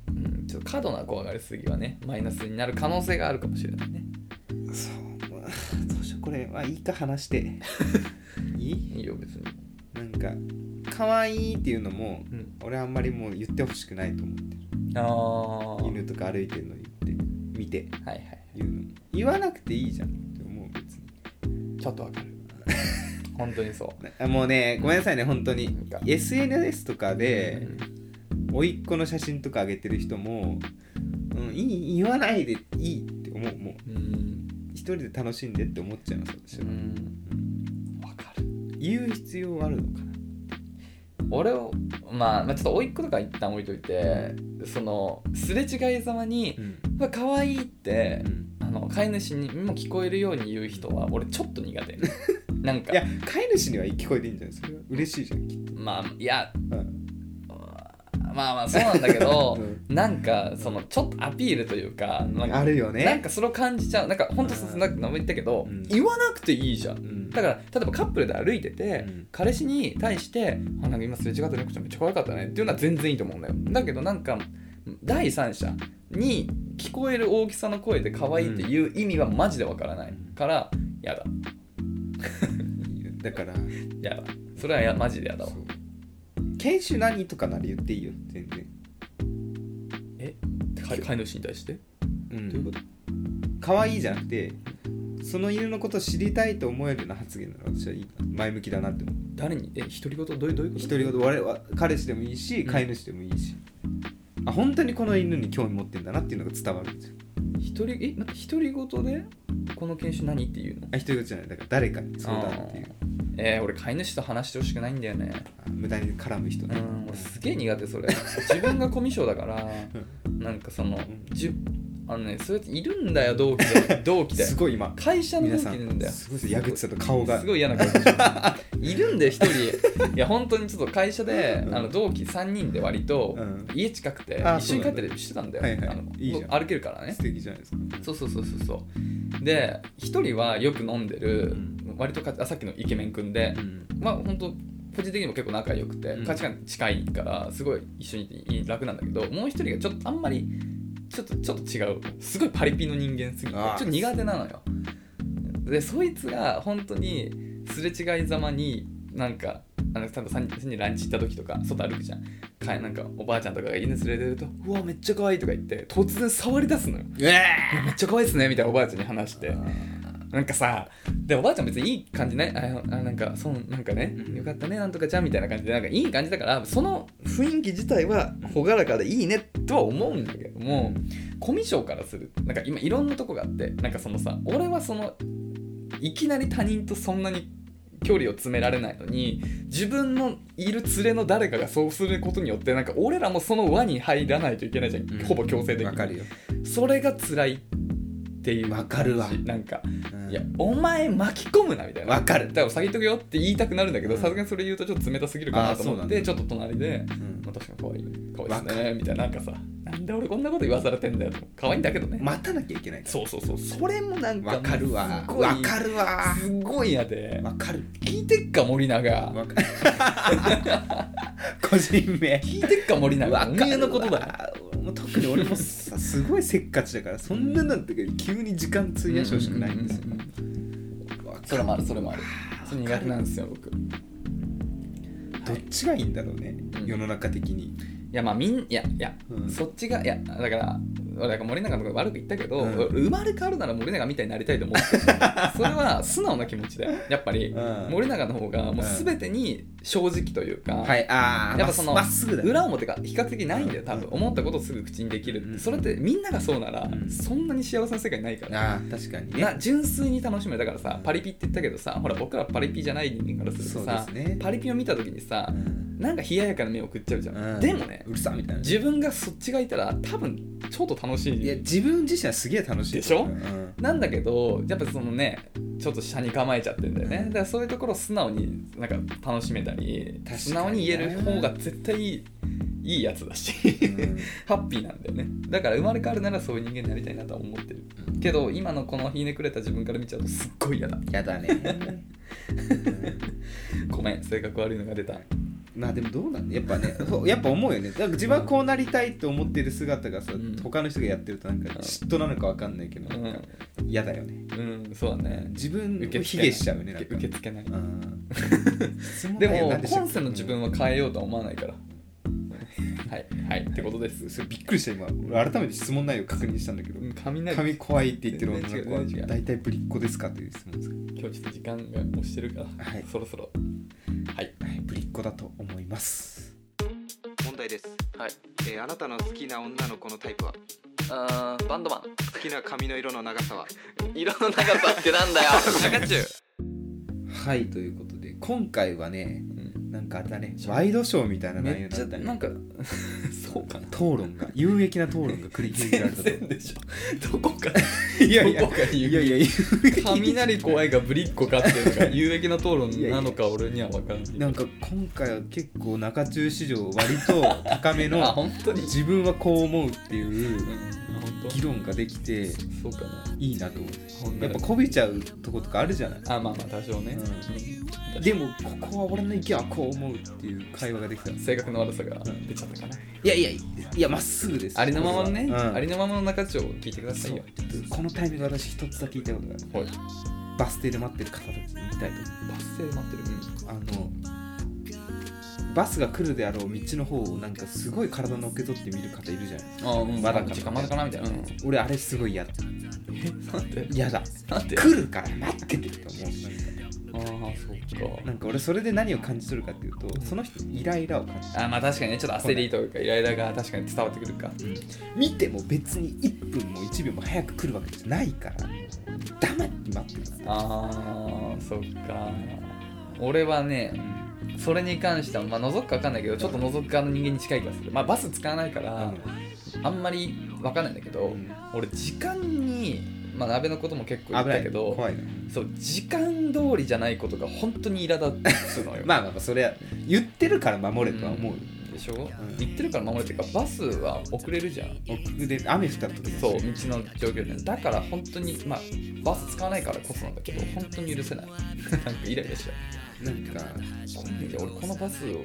うん、ちょっと過度な怖がりすぎはねマイナスになる可能性があるかもしれないね
そうまあどうしようこれまあいいか話していい
いいよ別に
なんか可愛いっていうのも
うん
俺あんまりもう言ってほしくないと思って
ああは
る
い
犬とか歩いてるのにって見て
はい
言うの言わなくていいじゃんって思う別に
ちょっとわかる 本当にそう
あもうねごめんなさいね本当に
なんか
SNS とかで
うん
甥っ子の写真とか上げてる人も、うん、いい言わないでいいって思うもう
うん
一人で楽しんでって思っちゃいます私は
うんわかる
言う必要あるのか
俺を、まあ、まあちょっと甥っ子とか一旦置いといてそのすれ違いざまに「うわ可愛いって
な、
あの飼い主にも聞こえるように言う人は俺ちょっと苦 手なんか
いや飼い主には聞こえていいんじゃないそれは嬉しいじゃんきっと、
まあいや
うん、
まあまあそうなんだけど
う
なんかそのちょっとアピールというかなんか
あるよね
なんかそれを感じちゃうなんか本当さ
うん
なんか名前言ったけど、
うん
言わなくていいじゃん
うん
だから例えばカップルで歩いてて、
うん
彼氏に対して「あなんか今すれ違った猫ちゃんめっちゃ可愛かったね」っていうのは全然いいと思うんだよだけどなんか第三者に聞こえる大きさの声で可愛いっていう意味はマジでわからないからやだ
だから
やだそれはやマジでやだわ
そう犬種何とかなら言っていいよ全然、
え飼い飼い主に対して
うん、
どういうこと
可愛いじゃなくてその犬のことを知りたいと思えるような発言なら私はいい前向きだなって思う
誰にえ独り言どういうどういうこと
独り言我々は彼氏でもいいし
うん
飼い主でもいいし、あ本当にこの犬に興味持ってんだなっていうのが伝わるんですよ
独りえ待って独り言でこの犬種何っていうの
あ一人言じゃないだから誰かに相談っていう
えー、俺飼い主と話してほしくないんだよね
あ無駄に絡む人
う
ね、
ん俺すげえ苦手それ自分がコミュ障だからなんかその
ん
じゅあのねそういうやついるんだよ同 期で同期です
ごい今
会社の
皆
同期
さ
でいるん
ん
だよ
すごいです矢口さんの顔が
すごい嫌な感じいるんだよ 一人いや本当にちょっと会社で、
うん
あの同期3人で割と、
うん
家近くて
あ
一緒に
そう
帰
な
った
んだ
りしてたんだよ、
はいはい
あの
いいじゃん
歩けるからね
素敵じゃないですか
そうそうそうそうそうで一人はよく飲んでる、
う
割とかあさっきのイケメン君で、
うん
まあ本当個人的にも結構仲良くて、
うん
価値観近いからすごい一緒にいていい楽なんだけどもう一人がちょっとあんまりちょっとちょっと違うすごいパリピの人間すぎてち
あ
ょ
あ
っと苦手なのよでそいつが本当にすれ違いざまになんかあの例えば3人でランチ行った時とか外歩くじゃんかなんかおばあちゃんとかが犬連れてると「うわめっちゃ可愛いとか言って突然触り出すのよめっちゃ可愛いですねみたいなおばあちゃんに話してなんかさでおばあちゃん別にいい感じねああなんかそうなんかね、
うん
よかったねなんとかちゃんみたいな感じでなんかいい感じだからその雰囲気自体は朗らかでいいねとは思うんだけども、コミュ障からするなんか今いろんなとこがあってなんかそのさ俺はそのいきなり他人とそんなに距離を詰められないのに自分のいる連れの誰かがそうすることによってなんか俺らもその輪に入らないといけないじゃん、
うん
ほぼ強制的に
わかるよ
それが辛いっていう
わかるわ
感じなんか
うんうん
いやお前巻き込むなみたいな
わかる
だから先言っとくよって言いたくなるんだけどさすがにそれ言うとちょっと冷たすぎるかなと
あーそう
思
な
っ
んだ
てちょっと隣で
うん
「まあ確かに可愛い可愛いですね」みたいななんかさなんで俺こんなこと言わされてんだよと可愛いんだけどね、
待たなきゃいけない
そうそうそうそれもなんか
わかるわ
すごい
わかるわ
すごいやで
わかる
聞いてっか森永
わかる 個人名
聞いてっか森永
わ
お前のことだよ
だもう特に俺もさすごいせっかちだからそんななんて急に時間費やしてほしくないんですよ
うううん
わかる
それもあるそれもあるそれ苦手なんですよ僕い
どっちがいいんだろうね、
うん
世の中的に
やまあみんいやいや、
うん
そっちがいやだからだから森永とか悪く言ったけど、
うん
生まれ変わるなら森永みたいになりたいと思う それは素直な気持ちだよやっぱり、
うん
森永の方がもう全てに正直というか、
はいああ
やっぱその
まっすぐだね
裏表が比較的ないんだよ多分
う
思ったことをすぐ口にできるって、
うん
それってみんながそうなら、
うん
そんなに幸せな世界ないか
あ
ら、
あ確かにね
な純粋に楽しめるだからさパリピって言ったけどさほら僕らパリピじゃない人間からする
そ
と
うで
さ、
すね
パリピを見た時に
う
さ
ん
なんか冷ややかな目を食っちゃうじゃん、
うん
でもね
うるさみたいな
自分がそっちがいたら多分ちょっと楽し
いや
い
自分自身はすげえ楽しい
でしょ
うん
なんだけどやっぱそのねちょっと下に構えちゃってんだよね
うん
だからそういうところを素直になんか楽しめたり
確かにね
素直に言える方が絶対いいいいやつだし、
うん
ハッピーなんだよねだから生まれ変わるならそういう人間になりたいなとは思ってる
うん
けど今のこのひねくれた自分から見ちゃうとすっごい嫌だ
やだね
ごめん性格悪いのが出た
まあでもどうなんだやっぱねそうやっぱ思うよねだから自分はこうなりたいと思ってる姿がさ、
うん
他の人がやってるとなんか
うん
嫉妬なのかわかんないけど
う
なんんか嫌だよね
うんそうだね
自分を
受
卑下
け付けない
しちゃうねなん
受
か
け受け付けない
うん質問
で
内容
も
何したっ
今
け
世の自分は変えようとは思わないからはいはいってことです
それびっくりした今俺改めて質問内容確認したんだけど
うん雷
髪怖いって言ってる女の
全然
子は
違う全然違う
大体ぶりっ子ですかという質問ですか
今日ちょっと時間が押してるから、
はい
そろそろはい
はいぶりっ子だと思います問題です、
はい
えあなたの好きな女の子のタイプは
あバンドマン
好きな髪の色の長さは
色の長さってなん だよ中中、
はいということで今回はね
うん、
なんかあれだねワイドショーみたいな内
め
容
っち
だ
ゃ
った
な
ね
んか そうかな
討論が有益な討論が繰り広げられ た
全然でしょどこか
といやいや
どこか
い
有益
やいや
雷怖いがぶりっ子かっていうのが有益な討論
いやいや
なのか俺には分かんない
なんか今回は結構中中市場割と高め
あ
の
本当に、
自分はこう思うっていう
うん、本
議論ができて
当そうかない
いなと思う
本当
やっ
だ
ぱこびちゃうとことかあるじゃない
あまあまあ多少
う
ね、
ん
うん
でもここは俺の意見はこう思うっていう会話ができたい
性格の悪さが出ちゃったかな
やいやいやまっすぐです
ありのままのね、
うん
ありのままの中地を聞いてくださいよ
そうこのタイミング私一つだけ言いたいことがある
はい
バス停で待ってる方たちに言いたいと
バス停で待ってる、
あのバスが来るであろう道の方をなんかすごい体のっけ取って見る方いるじゃない
うん、あうん
まだかな
時間まだかなみたいな、うん、
俺あれすごい嫌だ
えなんで
嫌だ
なんで
来るから待っててと思う
ああそう
なんか俺それで何を感じ取るかっていうとその人イライラを感じ
かあまあ確かにねちょっと焦りというかイライラが確かに伝わってくるか
取る見ても別に1分も1秒も早く来るわけじゃないから黙って待ってる
ああそっか俺はねそれに関しては、まあ、覗くか分かんないけどちょっと覗く側の人間に近い気がする、まあ、バス使わないから、あんまり分かんないんだけど、
うん
俺時間にまあ鍋のことも結構
危
言っ
な
た
い
け
け
ど
ど怖いな
そう時間通りじゃないことが本当に苛立つ のよ
まあまあまあそれは言ってるから守れとは思うよ
でしょ、言ってるから守れてるかバスは遅れるじゃん
僕で雨降った時も
そう道の状況でだから本当にまあバス使わないからこそなんだけど本当に許せないなんかイライラしちゃう
なんか
いや俺このバスを考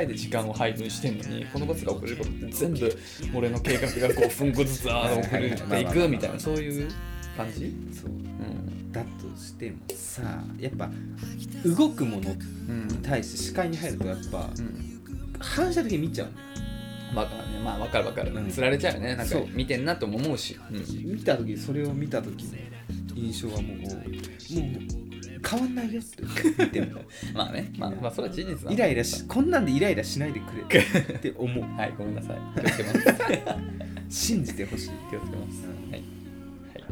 えて時間を配分してんのにこのバスが遅れることって全部俺の計画が5分後ずつあー遅れていくみたいなそういう感じ
そう
うん、
だとしてもさやっぱ動くものに
うん
対して視界に入るとやっぱ
うん、
反射的に見ちゃうのよ
まあねまあ分かる分かる、
うん
つられちゃうよねなんか
そう
見てんなとも思うし、うん、
見た時それを見た時の印象はもうもう変わんないよって見ても
まあねまあまあそれは事実なんだ
イライラしこんなんでイライラしないでくれって思う
はいごめんなさい気をつけます気を つ
信じてほしい
けますはい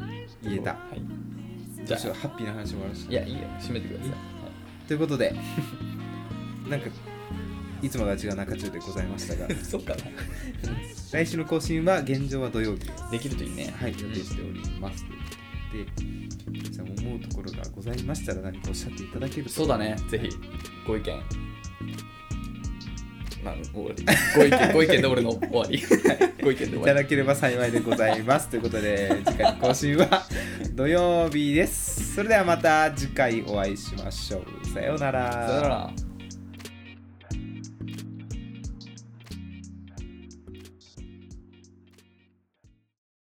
はい
言えた
はいじ
じ
ゃ
ゃあ
あ
ハッピーな話もあるし
いやいいよ閉めてください、はい
ということで なんかいつもとは違う中中でございました が
そっかな
来週の更新は現状は土曜日
できるといいね
はい予定しております、ってじゃあ思うところがございましたら何かおっしゃっていただけると
そうだねぜひご意見まあ終わり ご意見ご意見で俺の終わりご意見で終
い
わ
た
り
だければ幸いでございますということで次回の更新 は土曜日ですそれではまた次回お会いしましょうさようなら
さよなら